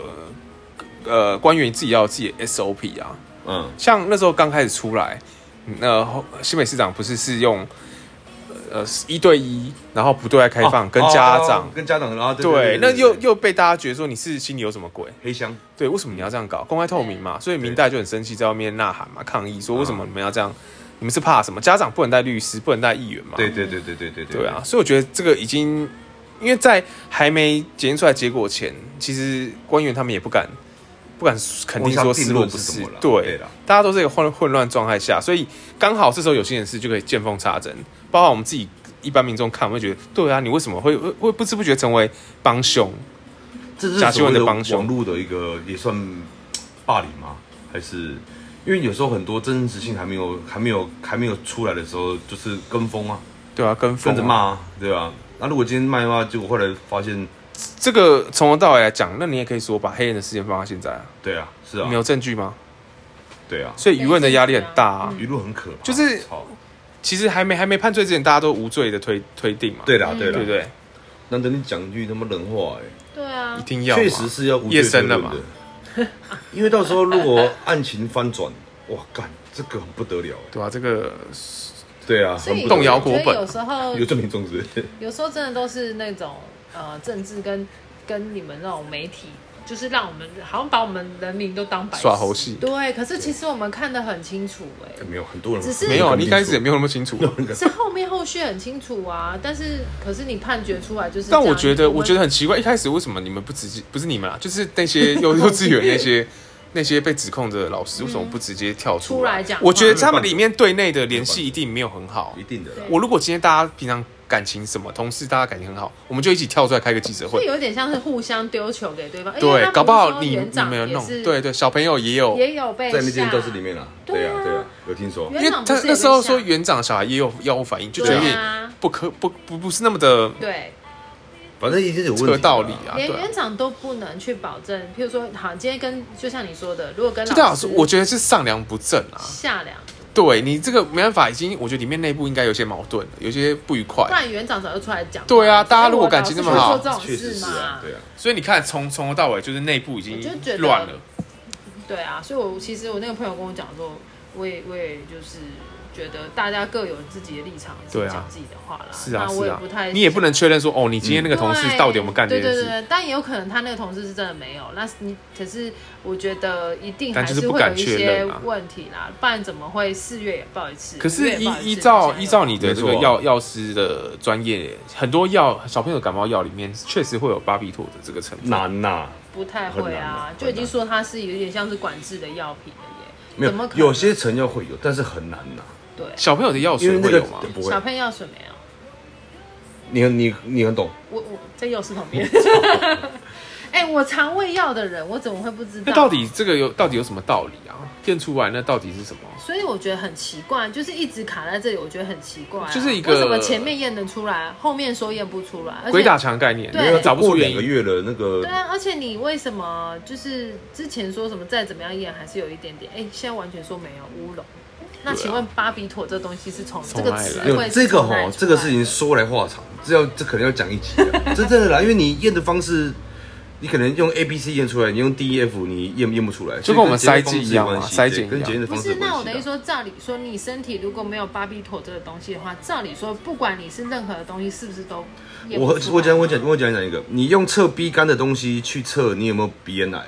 Speaker 3: 呃官员自己要有自己的 SOP 啊。
Speaker 1: 嗯，
Speaker 3: 像那时候刚开始出来，那后新北市长不是是用呃一对一，然后不对外开放、
Speaker 1: 哦
Speaker 3: 跟家长。
Speaker 1: 哦跟家长，然后
Speaker 3: 对，那又又被大家觉得说你是心里有什么鬼？
Speaker 1: 黑箱，
Speaker 3: 对，为什么你要这样搞？公开透明嘛，所以明代就很生气，在外面呐喊嘛，抗议说为什么你们要这样？你们是怕什么？家长不能带律师，不能带议员嘛？
Speaker 1: 对对对对对对对
Speaker 3: 对啊，，所以我觉得这个已经，因为在还没检验出来结果前，其实官员他们也不敢不敢肯定说是或不
Speaker 1: 定论是什
Speaker 3: 是
Speaker 1: 么啦，对
Speaker 3: 对
Speaker 1: 啦，
Speaker 3: 大家都是一个混混乱状态下，所以刚好这时候有些人是就可以见缝插针，包括我们自己一般民众看，我们会觉得对啊，你为什么会会会不知不觉成为帮凶？
Speaker 1: 这是
Speaker 3: 假新
Speaker 1: 所
Speaker 3: 闻
Speaker 1: 谓
Speaker 3: 的
Speaker 1: 的
Speaker 3: 帮凶
Speaker 1: 网络的一个也算霸凌吗？还是因为有时候很多真实性还没有还没有还没有出来的时候，就是跟风啊，
Speaker 3: 对啊，跟
Speaker 1: 跟
Speaker 3: 风啊
Speaker 1: 着骂啊，对啊。那如果今天骂一骂，结果后来发现，
Speaker 3: 这个从头到尾来讲，那你也可以说把黑人的事件放到现在啊，
Speaker 1: 对啊，是啊
Speaker 3: 你，有证据吗？
Speaker 1: 对啊，
Speaker 3: 所以舆论的压力很大啊。
Speaker 1: 舆论很可怕，
Speaker 3: 就是
Speaker 1: 操
Speaker 3: 其实还没还没判罪之前，大家都无罪的推推定嘛，
Speaker 1: 对啊啦
Speaker 2: 嗯
Speaker 1: 对啦
Speaker 3: 对不，对？
Speaker 1: 难得你讲句他妈冷话哎，
Speaker 2: 对啊
Speaker 3: 一，定要嘛，
Speaker 1: 确实是要无罪
Speaker 3: 夜深了
Speaker 1: 推论
Speaker 3: 嘛
Speaker 1: 的， 因为到时候如果案情翻转，哇干，这个很不得了哎，
Speaker 3: 对啊，这个
Speaker 1: 对啊，
Speaker 2: 所
Speaker 1: 很
Speaker 2: 以
Speaker 1: 不得了
Speaker 3: 动摇国
Speaker 2: 我觉得
Speaker 3: 本
Speaker 2: 有时候
Speaker 1: 有证明中止，
Speaker 2: 有时候真的都是那种呃政治跟跟你们那种媒体，就是让我们好像把我们人民都当白痴
Speaker 3: 耍猴戏
Speaker 2: 对，可是其实我们看得很清楚哎、
Speaker 1: 没有很多人
Speaker 2: 只是
Speaker 3: 没有，啊，你一开始也
Speaker 1: 没
Speaker 3: 没有那么清楚啊。
Speaker 1: 有
Speaker 2: 是后面后续很清楚啊，但是可是你判决出来就是这
Speaker 3: 但
Speaker 2: 样。
Speaker 3: 我觉得，我
Speaker 2: 得
Speaker 3: 觉得很奇怪，一开始为什么你们不直接，不是你们啊，就是那些幼幼稚园那些那些被指控的老师，为什么不直接跳出
Speaker 2: 出来讲话
Speaker 3: 我觉得
Speaker 1: 嗯
Speaker 3: 他们里面对内的联系一定没有很好啊
Speaker 1: 一。定的啦
Speaker 2: 对。
Speaker 3: 我如果今天大家平常感情什么，同事大家感情很好，我们就一起跳出来开个记者
Speaker 2: 就
Speaker 3: 会。
Speaker 2: 有点像是互相丢球给对方，哎因为
Speaker 3: 对
Speaker 2: 他，
Speaker 3: 搞不好
Speaker 2: 说
Speaker 3: 你
Speaker 2: 园
Speaker 3: 你
Speaker 2: 长
Speaker 3: 没有弄
Speaker 2: 也，是
Speaker 3: 对对，小朋友也有，
Speaker 2: 也有被
Speaker 1: 在那
Speaker 2: 下
Speaker 1: 间教室里面啊，
Speaker 2: 对啊
Speaker 1: 啊，对啊，有听说
Speaker 2: 因
Speaker 3: 因为
Speaker 2: 园长不
Speaker 3: 他
Speaker 2: 是也
Speaker 3: 那时候
Speaker 2: 被吓
Speaker 3: 说园长小孩也有药物反应，就觉
Speaker 2: 对
Speaker 3: 得
Speaker 2: 啊，
Speaker 3: 不可不不不是那么的
Speaker 2: 对，
Speaker 1: 反正一定是有问题
Speaker 3: 合
Speaker 1: 的啦
Speaker 3: 道理啊，
Speaker 2: 连
Speaker 3: 对啊。
Speaker 2: 园长都不能去保证，譬如说，好，今天跟就像你说的，如果跟
Speaker 3: 就对
Speaker 2: 老
Speaker 3: 啊，
Speaker 2: 师
Speaker 3: 我觉得是上梁不正啊。
Speaker 2: 下梁，
Speaker 3: 对你这个没办法，已经我觉得里面内部应该有些矛盾，有些不愉快
Speaker 2: 不。然园长早就出来讲话。
Speaker 3: 对啊大
Speaker 2: 所
Speaker 3: 家
Speaker 2: 以
Speaker 3: 如果
Speaker 2: 我
Speaker 3: 感
Speaker 2: 老
Speaker 3: 情
Speaker 2: 是
Speaker 3: 那么好
Speaker 2: 会做这
Speaker 1: 确
Speaker 2: 种
Speaker 1: 实
Speaker 2: 事
Speaker 1: 是
Speaker 2: 嘛
Speaker 1: 啊，，对啊，
Speaker 3: 所以你看，从从头到尾就是内部已
Speaker 2: 我就觉
Speaker 3: 经
Speaker 2: 得
Speaker 3: 乱了。
Speaker 2: 对啊，所以我其实我那个朋友跟我讲说，我也我也就是觉得大家各有自己的立场，自己
Speaker 3: 对啊
Speaker 2: 讲自己的话啦。
Speaker 3: 是啊
Speaker 2: 那
Speaker 3: 是
Speaker 2: 我也
Speaker 3: 啊
Speaker 2: 不太，
Speaker 3: 你也不能确认说哦，你今天那
Speaker 2: 那
Speaker 3: 个同事到底有没有干这件
Speaker 2: 对对
Speaker 3: 事？
Speaker 2: 对，但也有可能他那个同事是真的没有。那是你可是我觉得一定
Speaker 3: 但
Speaker 2: 还
Speaker 3: 就是不
Speaker 2: 会有
Speaker 3: 敢
Speaker 2: 一
Speaker 3: 确
Speaker 2: 些
Speaker 3: 认啊
Speaker 2: 问题啦，不然怎么会四月也报一次？
Speaker 3: 可
Speaker 2: 五
Speaker 3: 是
Speaker 2: 月也
Speaker 3: 依
Speaker 2: 报一次
Speaker 3: 依照
Speaker 2: 这样
Speaker 3: 依照你的这
Speaker 1: 没
Speaker 3: 个
Speaker 1: 错啊
Speaker 3: 药药师的专业，很多药小朋友感冒药里面确实会有巴比妥的这个成分。
Speaker 1: 难呐、
Speaker 2: 不太会
Speaker 1: 很难
Speaker 2: 啊
Speaker 1: 啊，
Speaker 2: 就已经说它是有点像是管制的药品了
Speaker 1: 没
Speaker 2: 耶，怎么
Speaker 1: 有
Speaker 2: 可能
Speaker 1: 有些成药会有，但是很难呐、
Speaker 2: 对
Speaker 3: 小朋友的药
Speaker 1: 因为
Speaker 3: 水
Speaker 1: 那
Speaker 3: 会
Speaker 1: 个
Speaker 3: 有吗？
Speaker 1: 不
Speaker 2: 小
Speaker 1: 会，
Speaker 2: 朋友药水没有，
Speaker 1: 你很你你很懂，
Speaker 2: 我我在药师旁边， 哎、我肠胃药的人，我怎么会不知道？
Speaker 3: 那到底这个有到底有什么道理啊？验出来那到底是什么？
Speaker 2: 所以我觉得很奇怪，就是一直卡在这里，我觉得很奇怪啊、
Speaker 3: 就是一个
Speaker 2: 为什么前面验得出来，后面说验不出来？而且
Speaker 3: 鬼打墙概念，
Speaker 2: 对
Speaker 3: 你又找不
Speaker 1: 过
Speaker 3: 出原
Speaker 1: 两个
Speaker 3: 因。
Speaker 1: 月了，那个
Speaker 2: 对啊，而且你为什么就是之前说什么再怎么样验还是有一点点，哎、现在完全说没有乌龙。那请问巴比妥这东西是从这
Speaker 3: 啊从
Speaker 2: 个
Speaker 3: 哪里
Speaker 2: 词
Speaker 3: 来
Speaker 1: 没有
Speaker 2: 汇
Speaker 1: 这个
Speaker 2: 从哪里
Speaker 1: 哈，
Speaker 2: 出
Speaker 1: 这个
Speaker 2: 来
Speaker 1: 事情说来话长，这要这可能要讲一集 啊，这真的啦，因为你验的方式，你可能用 A、B、C 验出来，你用 D、E、F 你验验不出来，
Speaker 3: 就跟我们
Speaker 1: 所以
Speaker 3: 筛剂一样
Speaker 1: 检
Speaker 3: 嘛
Speaker 1: 验方式有关系
Speaker 3: 筛检一
Speaker 1: 对
Speaker 3: 样
Speaker 1: 跟检验的
Speaker 2: 不
Speaker 1: 方式
Speaker 2: 是，
Speaker 1: 有关系
Speaker 2: 那
Speaker 1: 啊
Speaker 2: 我等于说，照理说，你身体如果没有巴比妥这个东西的话，照理说，不管你是任何的东西，是不是都验不啊
Speaker 1: 我
Speaker 2: 出来
Speaker 1: 我讲我讲我讲讲一个，你用测鼻肝的东西去测你有没有鼻咽癌，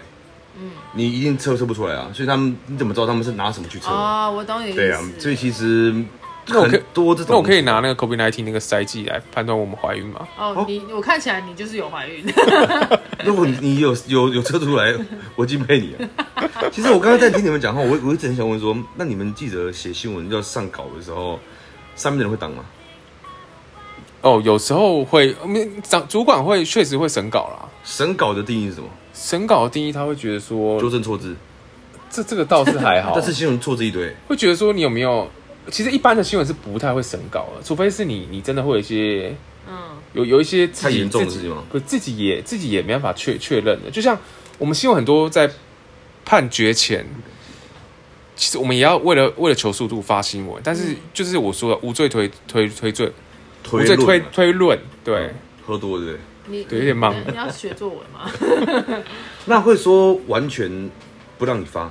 Speaker 1: 嗯，你一定测测不出来啊，所以他们你怎么知道他们是拿什么去测？
Speaker 2: 哦，我懂你的意思。
Speaker 1: 对啊，所以其实
Speaker 3: 我可以
Speaker 1: 很多这种，
Speaker 3: 那我可以拿那个 COVID 1 9那个筛剂来判断我们怀孕吗？
Speaker 2: 哦，你我看起来你就是有怀孕，
Speaker 1: 如果你你有有有测出来，我敬佩你啊。其实我刚刚在听你们讲话，我我一直很想问说，那你们记者写新闻要上稿的时候，上面的人会挡吗？
Speaker 3: 哦，有时候会，我们长主管会确实会审稿啦。
Speaker 1: 审稿的定义是什么？
Speaker 3: 审稿的定义他会觉得说
Speaker 1: 纠，正错字，
Speaker 3: 这这个倒是还好，
Speaker 1: 但是新闻错字一堆，
Speaker 3: 会觉得说你有没有？其实一般的新闻是不太会审稿的，除非是你你真的会有一些
Speaker 2: 嗯，
Speaker 3: 有有一些自
Speaker 1: 太
Speaker 3: 己
Speaker 1: 严重的
Speaker 3: 自己
Speaker 1: 事情吗
Speaker 3: 不，自己也自己也没办法确确认的。就像我们新闻很多在判决前，其实我们也要为了为了求速度发新闻，但
Speaker 2: 嗯
Speaker 3: 是就是我说的无罪推推推罪，无
Speaker 1: 推
Speaker 3: 罪
Speaker 1: 论啊嗯嘛
Speaker 3: 推推论，对，
Speaker 1: 喝多了对不对？
Speaker 2: 你
Speaker 3: 对有点忙
Speaker 2: 你你要学作文吗？
Speaker 1: 那会说完全不让你发，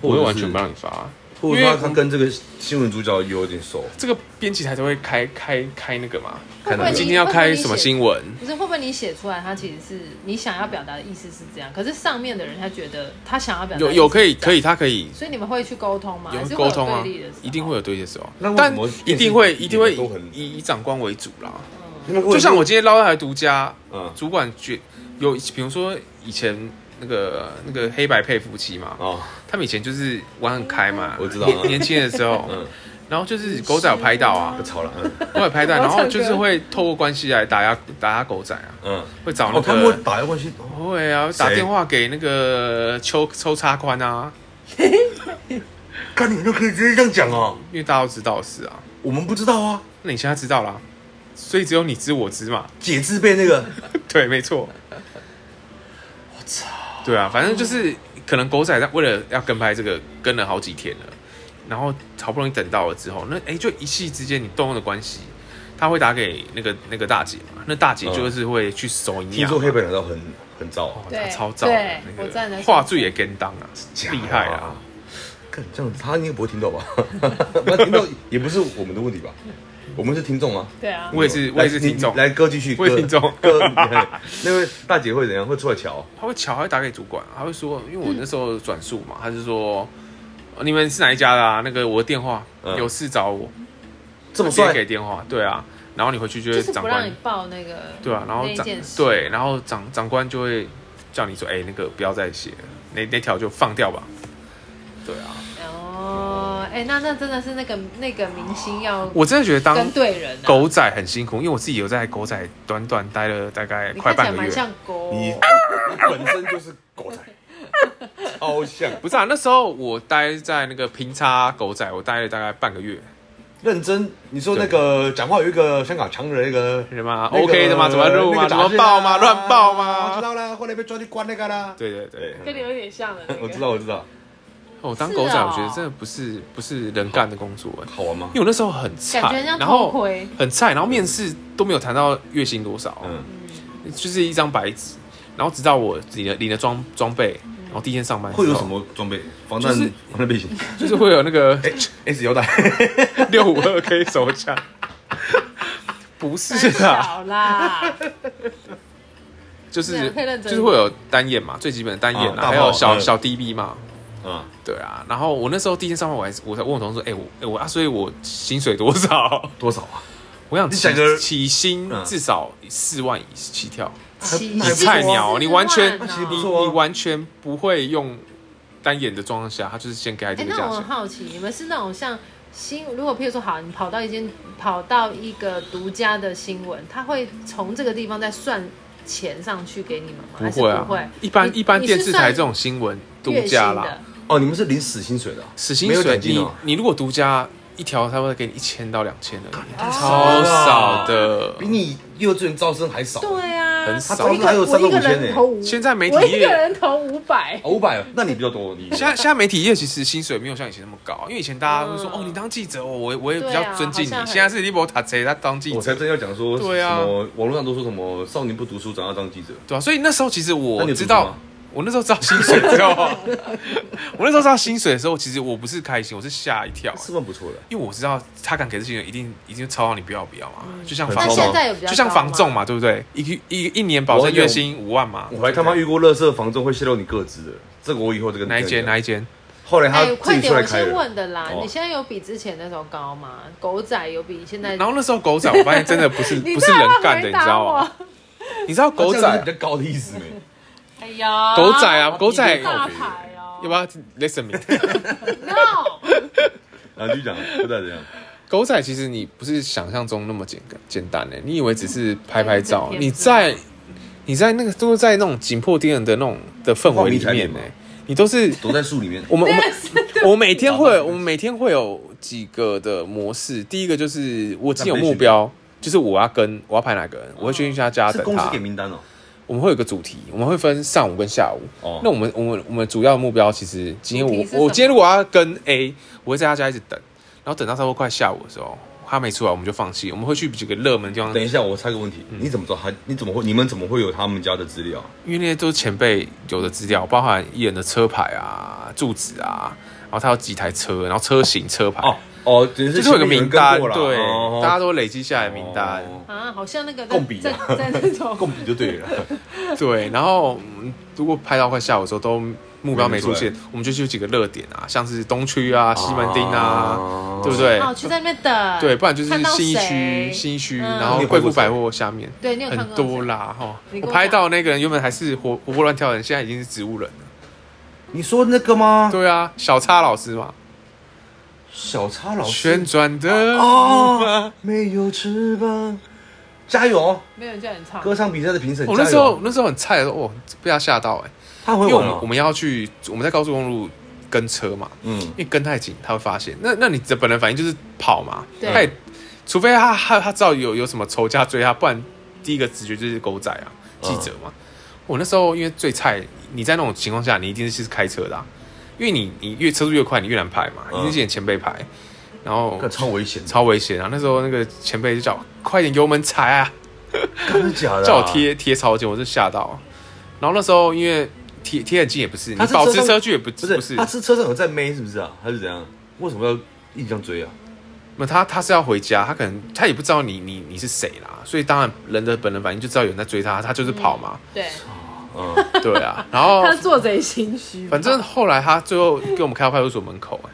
Speaker 3: 我
Speaker 1: 或者是
Speaker 3: 会完全不让你发。
Speaker 1: 或者
Speaker 3: 因为
Speaker 1: 说他跟这个新闻主角有点熟，
Speaker 3: 这个编辑台都会开开开那个嘛，
Speaker 1: 看
Speaker 2: 会
Speaker 1: 到
Speaker 2: 不会
Speaker 3: 今
Speaker 2: 你
Speaker 3: 天要开什么新闻？
Speaker 2: 可是会不会你写出来，它其实是你想要表达的意思是这样，可是上面的人他觉得他想要表达
Speaker 3: 有有可
Speaker 2: 以，
Speaker 3: 以可以，他可以
Speaker 2: 所以你们会去沟通吗？
Speaker 3: 有
Speaker 2: 还是会
Speaker 3: 沟通啊
Speaker 2: 对立的时，候
Speaker 3: 一定会有对立的时候
Speaker 1: 那，为
Speaker 3: 但
Speaker 1: 什么
Speaker 3: 一定会
Speaker 1: 电视
Speaker 3: 一定会
Speaker 1: 节目都很
Speaker 3: 以以长官为主啦。
Speaker 1: 就
Speaker 3: 就像我今天捞到台独家，
Speaker 1: 嗯
Speaker 3: 主管觉有，比如说以前那个那个黑白配夫妻嘛，
Speaker 1: 哦，
Speaker 3: 他们以前就是玩很开嘛，
Speaker 1: 我知道啊
Speaker 3: 年年轻的时候，
Speaker 1: 嗯
Speaker 3: 然后就是狗仔有拍到啊
Speaker 1: 不，吵了，嗯
Speaker 3: 狗仔有拍到，
Speaker 2: 我要
Speaker 3: 然
Speaker 2: 唱歌
Speaker 3: 后就是会透过关系来打压打压狗仔啊，
Speaker 1: 嗯，
Speaker 3: 会找那
Speaker 1: 哦，他们会
Speaker 3: 个。
Speaker 1: 打关系，哦
Speaker 3: 会啊，打
Speaker 1: 谁
Speaker 3: 电话给那个抽抽插宽啊，
Speaker 1: 看你们都可以直接这样讲哦，
Speaker 3: 因为大家都知道的事啊。
Speaker 1: 我们不知道啊，
Speaker 3: 那你现在知道啦，所以只有你知我知嘛。
Speaker 1: 解字被那个。
Speaker 3: 对，没错。我操！对啊，反正就是可能狗仔在为了要跟拍这个跟了好几天了，然后好不容易等到了之后，那哎、诶就一夕之间你动用的关系，他会打给那个那个大姐嘛，那大姐就是会去收银
Speaker 1: 嗯听
Speaker 3: 养
Speaker 1: 说
Speaker 3: 嘛。
Speaker 1: 黑白两道很很燥啊，
Speaker 3: 哇
Speaker 2: 对
Speaker 3: 她超早的
Speaker 2: 对
Speaker 3: 那
Speaker 2: 我赞
Speaker 3: 个
Speaker 2: 成
Speaker 3: 话最也跟当啊，厉害
Speaker 1: 假
Speaker 3: 啊！！
Speaker 1: 看这样子，他应该不会听到 吧？他听到 也不是我们的问题吧？我们是听众啊，
Speaker 2: 对啊，
Speaker 3: 我也是，我也是听众
Speaker 1: 你，来哥继续，
Speaker 3: 我也
Speaker 1: 哥
Speaker 3: 听众
Speaker 1: 哥，嘿 那位大姐会怎样？会出来瞧？
Speaker 3: 他会巧，他会打给主管，他会说，
Speaker 2: 嗯
Speaker 3: 因为我那时候转述嘛，他就说呃你们是哪一家的啊？那个我的电话
Speaker 1: 嗯
Speaker 3: 有事找我，
Speaker 1: 这么
Speaker 3: 直接
Speaker 1: 帅，
Speaker 3: 给电话，对啊，然后你回去就
Speaker 2: 就
Speaker 3: 会
Speaker 2: 是
Speaker 3: 长
Speaker 2: 不让
Speaker 3: 官
Speaker 2: 你报那个
Speaker 3: 对啊，然后
Speaker 2: 那一
Speaker 3: 长
Speaker 2: 件事
Speaker 3: 对，然后长长官就会叫你说，哎、那个不要再写了，那那条就放掉吧。对啊，
Speaker 2: 哦，哎、那那真的是那个那个明星要
Speaker 3: 我真的觉得当
Speaker 2: 跟对人、啊，
Speaker 3: 狗仔很辛苦，因为我自己有在狗仔短短待了大概
Speaker 2: 你
Speaker 3: 快
Speaker 2: 看起来
Speaker 3: 半个
Speaker 2: 蛮
Speaker 3: 月。
Speaker 2: 像狗哦，
Speaker 1: 你本身就是狗仔，哦超像，
Speaker 3: 不是啊，那时候我待在那个平差狗仔，我待了大概半个月，
Speaker 1: 认真。你说那个讲话有一个香港强人，那个
Speaker 3: 什么
Speaker 1: 那个
Speaker 3: OK 的吗？怎么录吗？
Speaker 1: 那个
Speaker 3: 怎
Speaker 1: 杂
Speaker 3: 么
Speaker 1: 志啊哦
Speaker 3: 报吗？乱报
Speaker 1: 我知
Speaker 3: 吗？
Speaker 1: 道啦，后来被抓去关那个啦。
Speaker 3: 对对对
Speaker 1: 对，，
Speaker 2: 跟你有点像的、那个
Speaker 1: 我知道，我知道，
Speaker 3: 哦，当
Speaker 2: 是
Speaker 3: 狗仔
Speaker 2: 哦
Speaker 3: 我觉得真的不是不是人干的工作哎。
Speaker 1: 好玩吗
Speaker 3: 因？为我那时候很菜，
Speaker 2: 感觉很像
Speaker 3: 然后
Speaker 2: 偷窥
Speaker 3: 很菜，然后面试都没有谈到月薪多少，
Speaker 1: 嗯，
Speaker 3: 就是一张白纸。然后直到我领了领了装装备，
Speaker 2: 嗯
Speaker 3: 然后第一天上班
Speaker 1: 会有
Speaker 3: 之后
Speaker 1: 什？么哎装备？防弹
Speaker 3: 就是
Speaker 1: 防弹背心
Speaker 3: 就是会有那个
Speaker 1: ，S 腰带。
Speaker 3: 六五二 K 手枪，不是啊，
Speaker 2: 小 啦，
Speaker 3: 就是
Speaker 2: 可以认真
Speaker 3: 就是会有单眼嘛，最基本的单眼
Speaker 1: 啊
Speaker 3: 啊，
Speaker 1: 大
Speaker 3: 还有
Speaker 1: 炮
Speaker 3: 小
Speaker 1: 嗯
Speaker 3: 小 DB 嘛，
Speaker 1: 啊，
Speaker 3: 对啊。然后我那时候第一天上班，我还是我才问我同事说，哎、我哎、我啊，所以我薪水多少？
Speaker 1: 多少啊？
Speaker 3: 我想
Speaker 1: 你想个
Speaker 3: 起起薪
Speaker 1: 嗯
Speaker 3: 至少四万以起跳。
Speaker 2: 奇
Speaker 1: 你
Speaker 2: 迹
Speaker 3: 菜鸟你完全
Speaker 2: 万哦
Speaker 1: 其实不
Speaker 3: 你
Speaker 1: 错啊
Speaker 3: 你完全不会用单眼的状况下，他就是先给他
Speaker 2: 哎、
Speaker 3: 这个
Speaker 2: 那
Speaker 3: 价
Speaker 2: 我很
Speaker 3: 钱。
Speaker 2: 好奇，你们是那种像新，如果譬如说好，你跑到一间跑到一个独家的新闻，他会从这个地方再算钱上去给你们吗？
Speaker 3: 不会
Speaker 2: 还是
Speaker 3: 啊，
Speaker 2: 不会。
Speaker 3: 一般
Speaker 2: 你
Speaker 3: 一般电
Speaker 2: 你
Speaker 3: 视台
Speaker 2: 是算
Speaker 3: 这种新闻独
Speaker 2: 月薪
Speaker 3: 家啦
Speaker 2: 的，，
Speaker 1: 哦，你们是领死薪水的啊、
Speaker 3: 死薪
Speaker 1: 没有
Speaker 3: 水
Speaker 1: 奖金
Speaker 3: 你
Speaker 1: 哦
Speaker 3: 你如果独家一条，差不多给你一千到两
Speaker 2: 啊
Speaker 3: 千的，
Speaker 1: 少
Speaker 3: 超
Speaker 1: 了
Speaker 3: 少的。
Speaker 1: 比你幼稚园招生还少，
Speaker 2: 对啊，
Speaker 3: 很少
Speaker 2: 我一个
Speaker 1: 他招
Speaker 2: 我
Speaker 1: 生还有
Speaker 2: 一个
Speaker 1: 三万五千
Speaker 2: 人
Speaker 1: 呢
Speaker 2: 投五，
Speaker 3: 现在媒体
Speaker 2: 我一个
Speaker 3: 业，
Speaker 2: 人投五百，
Speaker 1: 哦五百、500那你比较多，你
Speaker 3: 现在现在媒体业其实薪水没有像以前那么高，啊因为以前大家会说
Speaker 2: 嗯
Speaker 3: 哦，你当记者，我我我也比
Speaker 2: 对
Speaker 3: 较
Speaker 2: 啊
Speaker 3: 尊敬你。
Speaker 2: 好像很
Speaker 3: 现在是你波塔贼，他当记
Speaker 1: 我才
Speaker 3: 者，
Speaker 1: 真要讲说，
Speaker 3: 对啊
Speaker 1: 什么网络上都说什么少年不读书，长大当记者，
Speaker 3: 对啊，所以那时候其实
Speaker 1: 那
Speaker 3: 我
Speaker 1: 你有
Speaker 3: 知
Speaker 1: 读
Speaker 3: 道
Speaker 1: 吗，
Speaker 3: 我那时候知道薪水之后， 我那时候知道薪水的时候，其实我不是开心，我是吓一跳，
Speaker 1: 是蛮不错的。
Speaker 3: 因为我知道他敢给这些人一定一定超到你不要不要嘛，就像
Speaker 1: 很
Speaker 3: 房
Speaker 1: 高
Speaker 3: 仲
Speaker 1: 吗但现
Speaker 2: 嗯在有比较
Speaker 3: 就像
Speaker 2: 高
Speaker 3: 房
Speaker 2: 吗
Speaker 3: 仲嘛，对不对？一个一一年保证月薪五万嘛，
Speaker 1: 我还他妈遇过乐色房东会泄露你个资的，这个我以后这个
Speaker 3: 哪一间哪
Speaker 1: 一
Speaker 3: 一间？
Speaker 1: 后来 他
Speaker 2: 哎，快
Speaker 1: 自己
Speaker 2: 点，
Speaker 1: 出来
Speaker 2: 我
Speaker 1: 开
Speaker 2: 先
Speaker 1: 了，
Speaker 2: 问的啦。
Speaker 1: 哦
Speaker 2: 你现在有比之前那时候高吗？狗仔有比现在？
Speaker 3: 然后那时候狗仔，我发现真的不是
Speaker 2: 你
Speaker 3: 不是人干的，你知道吗？
Speaker 2: 吗？
Speaker 3: 你知道狗
Speaker 1: 他这样子
Speaker 3: 仔
Speaker 1: 比较高的意思没？
Speaker 2: 哎呀，
Speaker 3: 狗仔啊，狗仔
Speaker 2: 哎大
Speaker 1: 靠
Speaker 2: 牌哦，
Speaker 3: 要不要 listen me？
Speaker 2: No，
Speaker 1: 然后就讲不知道怎样，
Speaker 3: 狗仔其实你不是想象中那么简简单的，你以为只是拍拍照，
Speaker 2: 对
Speaker 3: 你在你在那个都是在那种紧迫盯人的那种的氛
Speaker 1: 画
Speaker 3: 围里
Speaker 1: 迷彩
Speaker 3: 面
Speaker 1: 脸
Speaker 3: 呢
Speaker 1: 嘛，
Speaker 3: 你都是
Speaker 1: 躲在树里面。
Speaker 3: 我们我们我每天 会
Speaker 1: 对
Speaker 3: 我们每天会有几个的模式，第一个就是我已经有
Speaker 1: 那培训
Speaker 3: 目标，就是我要跟我要拍哪个人，我会去一下家
Speaker 1: 是
Speaker 3: 等
Speaker 1: 公司
Speaker 3: 他
Speaker 1: 给。名单哦，
Speaker 3: 我们会有个主题，我们会分上午跟下午。
Speaker 1: 哦
Speaker 3: 那我们我们我们主要的目标其实今天
Speaker 2: 主题
Speaker 3: 我
Speaker 2: 是什么
Speaker 3: 我今天如果要跟 A，我会在他家一直等，然后等到差不多快下午的时候，他没出来我们就放弃，我们会去几个热门地方，
Speaker 1: 等一下，我插个问题，你怎么知道他？你怎么会？你们怎么会有他们家的资料？
Speaker 3: 因为那些都是前辈有的资料，包含艺人的车牌啊、住址啊，然后他有几台车，然后车型、车牌。
Speaker 1: 哦哦，只是
Speaker 3: 就是有个
Speaker 1: 前面有人
Speaker 3: 名
Speaker 1: 跟
Speaker 3: 单，
Speaker 1: 过啦
Speaker 3: 对，
Speaker 1: 哦
Speaker 3: 大家都累积下来名单，
Speaker 1: 哦
Speaker 2: 啊，好像那个在
Speaker 1: 共比
Speaker 2: 在
Speaker 1: 啊
Speaker 2: 在那种
Speaker 1: 共笔就对了。
Speaker 3: 对。然后嗯如果拍到快下午的时候都目标没出
Speaker 1: 没
Speaker 3: 现，我们就去几个热点啊，像是东区啊、西门町啊
Speaker 1: 哦，
Speaker 3: 对不对？
Speaker 2: 哦，去在那边等，
Speaker 3: 对，不然就是
Speaker 2: 看到
Speaker 3: 新一
Speaker 2: 谁
Speaker 3: 区、新一区，
Speaker 2: 嗯
Speaker 3: 然后贵妇百货下面，
Speaker 2: 对你有看过
Speaker 3: 很多啦哈
Speaker 2: 你。跟我
Speaker 3: 我拍到那个人原本还是活活泼乱跳的人，现在已经是植物人了。
Speaker 1: 你说那个吗？
Speaker 3: 对啊，小叉老师嘛，
Speaker 1: 小叉老师
Speaker 3: 旋转的木
Speaker 1: 哦
Speaker 3: 马。，
Speaker 1: 没有翅膀，加油哦！
Speaker 2: 没有人叫你唱，
Speaker 1: 歌唱比赛的评审，
Speaker 3: 我那
Speaker 1: 加油
Speaker 3: 时候那时候很菜的时候，哦，被他吓到哎，
Speaker 1: 他
Speaker 3: 因
Speaker 1: 会
Speaker 3: 为我
Speaker 1: 玩
Speaker 3: 们
Speaker 1: 哦
Speaker 3: 我们要去我们在高速公路跟车嘛，
Speaker 1: 嗯
Speaker 3: 因为跟太紧，他会发现。那那你的本能反应就是跑嘛，
Speaker 2: 对
Speaker 3: 他也除非他他他知道有有什么仇家追他，不然第一个直觉就是狗仔啊，
Speaker 1: 嗯
Speaker 3: 记者嘛。我那时候因为最菜，你在那种情况下，你一定是开车的啊、因为你你越车速越快，你越难拍嘛，
Speaker 1: 嗯
Speaker 3: 一定是你前辈拍，然后
Speaker 1: 干超危险的，
Speaker 3: 超危险啊。那时候那个前辈就叫我快点油门踩啊，
Speaker 1: 真的假的啊？
Speaker 3: 叫我贴贴超近，我就吓到。啊然后那时候因为贴贴很近也不是，你
Speaker 1: 他是
Speaker 3: 保持
Speaker 1: 车上
Speaker 3: 车距也不
Speaker 1: 不
Speaker 3: 不
Speaker 1: 是
Speaker 3: 是，
Speaker 1: 他是车上有在妹是不是啊？还是怎样？为什么要一直这样追啊？
Speaker 3: 那他他是要回家，他可能他也不知道你你你是谁啦，所以当然人的本能反应就知道有人在追他，他就是 跑嘛，
Speaker 2: 对，
Speaker 1: 嗯，
Speaker 3: 对啊，然后
Speaker 2: 他做贼心虚吧，
Speaker 3: 反正后来他最后给我们开到派出所门口、哎，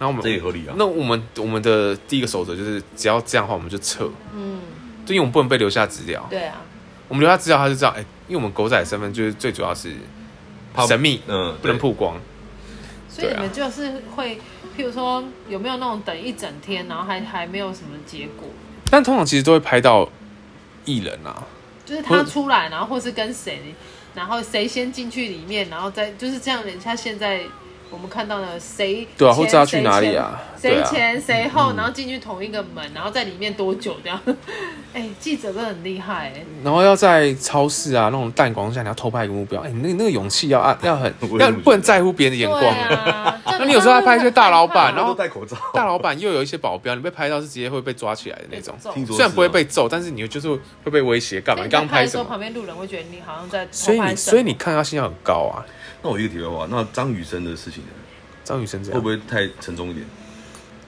Speaker 3: 然后我们
Speaker 1: 这也合理啊
Speaker 3: 那我们我们的第一个守则就是只要这样的话我们就撤，
Speaker 2: 嗯，
Speaker 3: 就因为我们不能被留下资料，
Speaker 2: 对啊，
Speaker 3: 我们留下资料他就知道，哎、因为我们狗仔的身份就是最主要是
Speaker 1: 怕
Speaker 3: 神秘，
Speaker 1: 嗯，
Speaker 3: 不能曝光，
Speaker 2: 所以
Speaker 3: 对
Speaker 2: 你
Speaker 3: 啊
Speaker 2: 们就是会，譬如说有没有那种等一整天，然后还还没有什么结果，
Speaker 3: 但通常其实都会拍到艺人啊，
Speaker 2: 就是
Speaker 3: 或
Speaker 2: 他出来，然后或是跟谁，然后谁先进去里面，然后再就是这样。人家现在我们看到了谁
Speaker 3: 对啊
Speaker 2: 前
Speaker 3: 或知道去哪里啊对
Speaker 2: 谁
Speaker 3: 啊
Speaker 2: 前谁前谁后，然后进去同一个门，然后在里面多久这样？ 哎，记者真的很厉害哎，
Speaker 3: 然后要在超市啊那种淡光下，你要偷拍一个目标，哎、你那个那个勇气要啊要很
Speaker 1: 我也，
Speaker 3: 要
Speaker 1: 不觉
Speaker 3: 不能
Speaker 1: 得
Speaker 3: 在乎别人的眼光。
Speaker 2: 对 啊，
Speaker 3: 那你有时候还拍一些大老板
Speaker 1: 然
Speaker 3: 然
Speaker 1: 后
Speaker 3: 后
Speaker 1: 都戴口罩，
Speaker 3: 大老板又有一些保镖，你被拍到是直接会被抓起来的那种。
Speaker 1: 听说
Speaker 3: 虽然不会
Speaker 1: 是啊
Speaker 3: 被揍，但是你就是会被威胁干
Speaker 2: 哎
Speaker 3: 嘛？
Speaker 2: 你
Speaker 3: 你刚刚
Speaker 2: 拍
Speaker 3: 拍
Speaker 2: 的时
Speaker 3: 什
Speaker 2: 候，
Speaker 3: 么？
Speaker 2: 旁边路人会觉得你好像在偷
Speaker 3: 所以
Speaker 2: 拍
Speaker 3: 你
Speaker 2: 什么
Speaker 3: 所以你看他信号很高啊。
Speaker 1: 那我有一个题外话，那张雨生的事情呢
Speaker 3: 张雨生这
Speaker 1: 会
Speaker 3: 样
Speaker 1: 不会太沉重一点？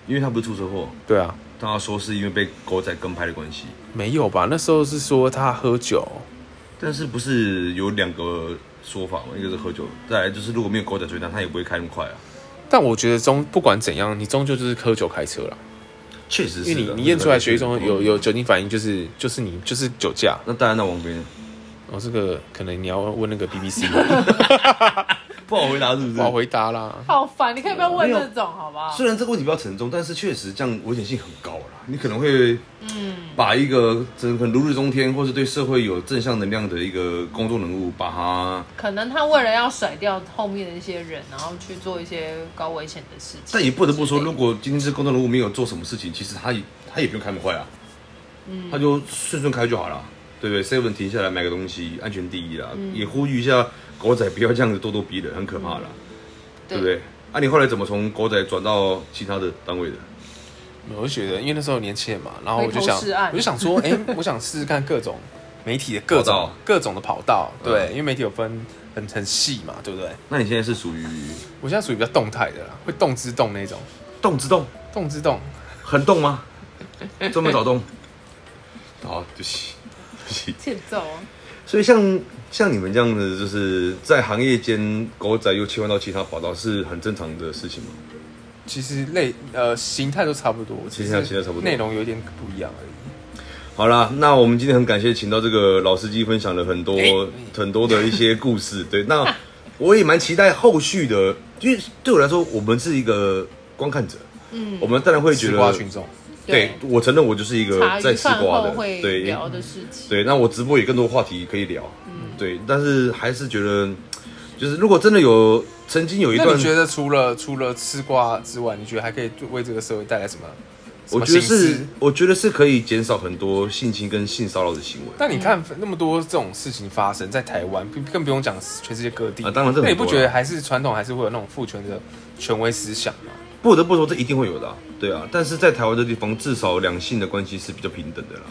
Speaker 1: 因为他不是出车祸，
Speaker 3: 对啊，
Speaker 1: 大家说是因为被狗仔跟拍的关系，
Speaker 3: 没有吧？那时候是说他喝酒，
Speaker 1: 但是不是有两个说法嘛？一个是喝酒，再来就是如果没有狗仔追他，他也不会开那么快啊。
Speaker 3: 但我觉得终不管怎样，你终究就是喝酒开车啦，
Speaker 1: 确实是啊
Speaker 3: 因
Speaker 1: 的，
Speaker 3: 为你你验出来血液中有有
Speaker 1: 嗯。
Speaker 3: 酒精反应，就是就是你就是酒驾。
Speaker 1: 那戴安娜王妃呢？
Speaker 3: 哦，这个可能你要问那个 BBC。
Speaker 1: 不好回答是不
Speaker 3: 不好
Speaker 1: 是？
Speaker 3: 回答啦。
Speaker 2: 好烦，你可以不要问
Speaker 1: 没有
Speaker 2: 这种好不好？
Speaker 1: 虽然这个问题比较沉重，但是确实这样危险性很高啦。你可能会，把一个真的可能如日中天，或是对社会有正向能量的一个公众人物，把他，
Speaker 2: 可能他为了要甩掉后面的一些人，然后去做一些高危险的事情。
Speaker 1: 但也不得不说，
Speaker 2: 之类
Speaker 1: 如
Speaker 2: 的
Speaker 1: 果今天这公众人物没有做什么事情，其实他也他也不用开门坏啊，他就顺顺开就好了，对不对？seven 停下来买个东西，安全第一啦。也呼吁一下狗仔不要这样子咄咄逼人，很可怕啦，嗯对不对？啊，你后来怎么从狗仔转到其他的单位的？
Speaker 3: 我就觉得，因为那时候年轻人嘛，然后我就
Speaker 2: 回头
Speaker 3: 想
Speaker 2: 是岸，
Speaker 3: 我就 想说，哎、我想试试看各种媒体的各
Speaker 1: 跑
Speaker 3: 种
Speaker 1: 道
Speaker 3: 各种的跑道，对，因为媒体有分很很细嘛，对不对？
Speaker 1: 那你现在是属于
Speaker 3: 我现在属于比较动态的啦，会动之动那种，
Speaker 1: 动之动，
Speaker 3: 动之动，
Speaker 1: 很动吗？专门找动。好，对不起，对不起。
Speaker 2: 欠揍哦，
Speaker 1: 所以像像你们这样的，就是在行业间，狗仔又切换到其他跑道，是很正常的事情吗？
Speaker 3: 其实类呃形态都差不多，
Speaker 1: 其实它其实差不多
Speaker 3: 内容有点不一样而已。
Speaker 1: 好啦，那我们今天很感谢请到这个老司机分享了很多、
Speaker 3: 诶
Speaker 1: 很多的一些故事。对，那我也蛮期待后续的，因为对我来说，我们是一个观看者，嗯，我们当然会觉
Speaker 3: 吃瓜
Speaker 1: 得，
Speaker 3: 群众，
Speaker 1: 对
Speaker 2: 对
Speaker 1: 我承认我就是一个
Speaker 2: 茶
Speaker 1: 呃在
Speaker 2: 余
Speaker 1: 吃
Speaker 2: 饭
Speaker 1: 瓜
Speaker 2: 后
Speaker 1: 的，
Speaker 2: 会
Speaker 1: 对，
Speaker 2: 聊的事情。
Speaker 1: 对，那我直播也更多话题可以聊。对，但是还是觉得，就是如果真的有曾经有一
Speaker 3: 那
Speaker 1: 段
Speaker 3: 你，觉得除了除了吃瓜之外，你觉得还可以为这个社会带来什么？什
Speaker 1: 我
Speaker 3: 么
Speaker 1: 觉得
Speaker 3: 新思
Speaker 1: 是，我觉得是可以减少很多性侵跟性骚扰的行为。
Speaker 3: 但你看
Speaker 2: 嗯
Speaker 3: 那么多这种事情发生在台湾，更更不用讲全世界各地
Speaker 1: 啊当然这很多啊
Speaker 3: 那你不觉得还是传统还是会有那种父权的权威思想吗？
Speaker 1: 不得不说，这一定会有的啊、对啊。但是在台湾这地方，至少两性的关系是比较平等的啦，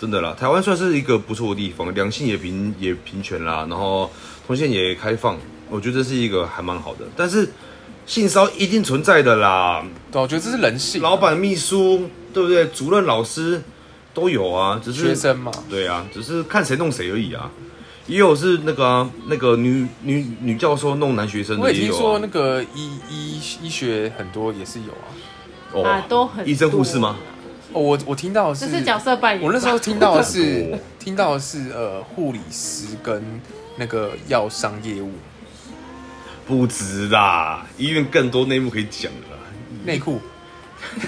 Speaker 1: 真的啦。台湾算是一个不错的地方，两性也平也平权啦，然后同性也开放，我觉得这是一个还蛮好的。但是性骚扰一定存在的啦，
Speaker 3: 对啊，我觉得这是人性啊。
Speaker 1: 老板、秘书，对不对？主任、老师都有啊，只是
Speaker 3: 学生嘛，
Speaker 1: 对啊，只是看谁弄谁而已啊。也有是那个啊、那个女女女教授弄男学生
Speaker 3: 我
Speaker 1: 的，
Speaker 3: 也听
Speaker 1: 有、啊。
Speaker 3: 说那个医医医学很多也是有啊。
Speaker 1: 哦
Speaker 2: 啊，都很
Speaker 1: 医生护士吗？
Speaker 3: 哦，我我听到的
Speaker 2: 多？这
Speaker 3: 是
Speaker 2: 是角色扮演吧。
Speaker 3: 我那时候听到 的
Speaker 1: 我看
Speaker 3: 是
Speaker 1: 过
Speaker 3: 听到的是呃护理师跟那个药商业务
Speaker 1: 不止啦，医院更多内幕可以讲的啦，
Speaker 3: 内裤，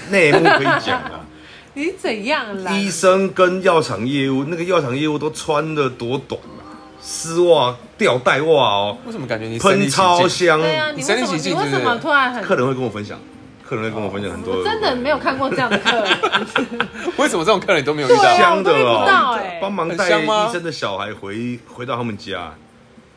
Speaker 1: 内幕可以讲 啦。
Speaker 2: 你怎样啦？
Speaker 1: 医生跟药厂业务，那个药厂业务都穿的多短啊，丝袜、吊带袜哦，
Speaker 3: 为什么感觉你身临
Speaker 1: 喷
Speaker 3: 其
Speaker 1: 超
Speaker 3: 境？
Speaker 1: 香。
Speaker 2: 对啊，你
Speaker 3: 你
Speaker 2: 为
Speaker 3: 身
Speaker 2: 什么
Speaker 3: 临其
Speaker 2: 你
Speaker 3: 境
Speaker 2: 为什
Speaker 3: 对不对
Speaker 2: 么突然
Speaker 1: 客
Speaker 2: 很？
Speaker 1: 人会跟我分享，客人会跟我分享很多
Speaker 2: 我真的没有看过这样的客人，
Speaker 3: 为什么这种客人你都没有遇
Speaker 2: 对啊
Speaker 3: 到？
Speaker 1: 香的
Speaker 2: 我都遇不到
Speaker 1: 哦
Speaker 2: 欸，
Speaker 1: 帮忙带
Speaker 3: 很香吗
Speaker 1: 医生的小孩回回到他们家，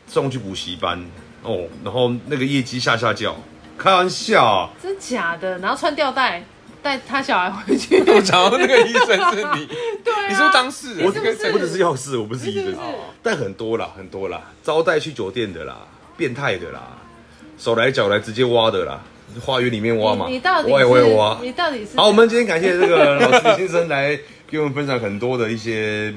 Speaker 1: 送去补习班哦，然后那个业绩吓吓叫，开玩笑啊，
Speaker 2: 真假的？然后穿吊带带他小孩 回去，
Speaker 3: 我想到那个医生是你，
Speaker 2: 对啊，
Speaker 3: 你是不是当事人？
Speaker 1: 我
Speaker 2: 是
Speaker 3: 这
Speaker 2: 不
Speaker 3: 个
Speaker 2: 是
Speaker 1: 我只是药师，我不是医
Speaker 2: 是
Speaker 1: 生
Speaker 2: 不是，
Speaker 1: 但很多啦，很多啦，招待去酒店的啦，变态的啦，手来脚来直接挖的啦，花园里面挖嘛，
Speaker 2: 啊你你到底
Speaker 1: 啊挖也
Speaker 2: 是
Speaker 1: 会挖。
Speaker 2: 你到底是
Speaker 1: 好，我们今天感谢这个老师先生来给我们分享很多的一些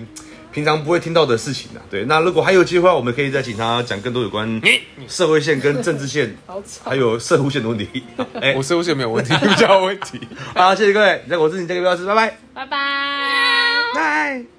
Speaker 1: 平常不会听到的事情啊。对，那如果还有机会的话，我们可以再请他讲更多有关社会线跟政治线，
Speaker 2: 好吵
Speaker 1: 还，有社会线的问题。哎、
Speaker 3: 我是不是没有问题？ 比较有问题。
Speaker 1: 好，谢谢各位，那我是你这个标师，拜拜，
Speaker 2: 拜拜。
Speaker 1: 拜。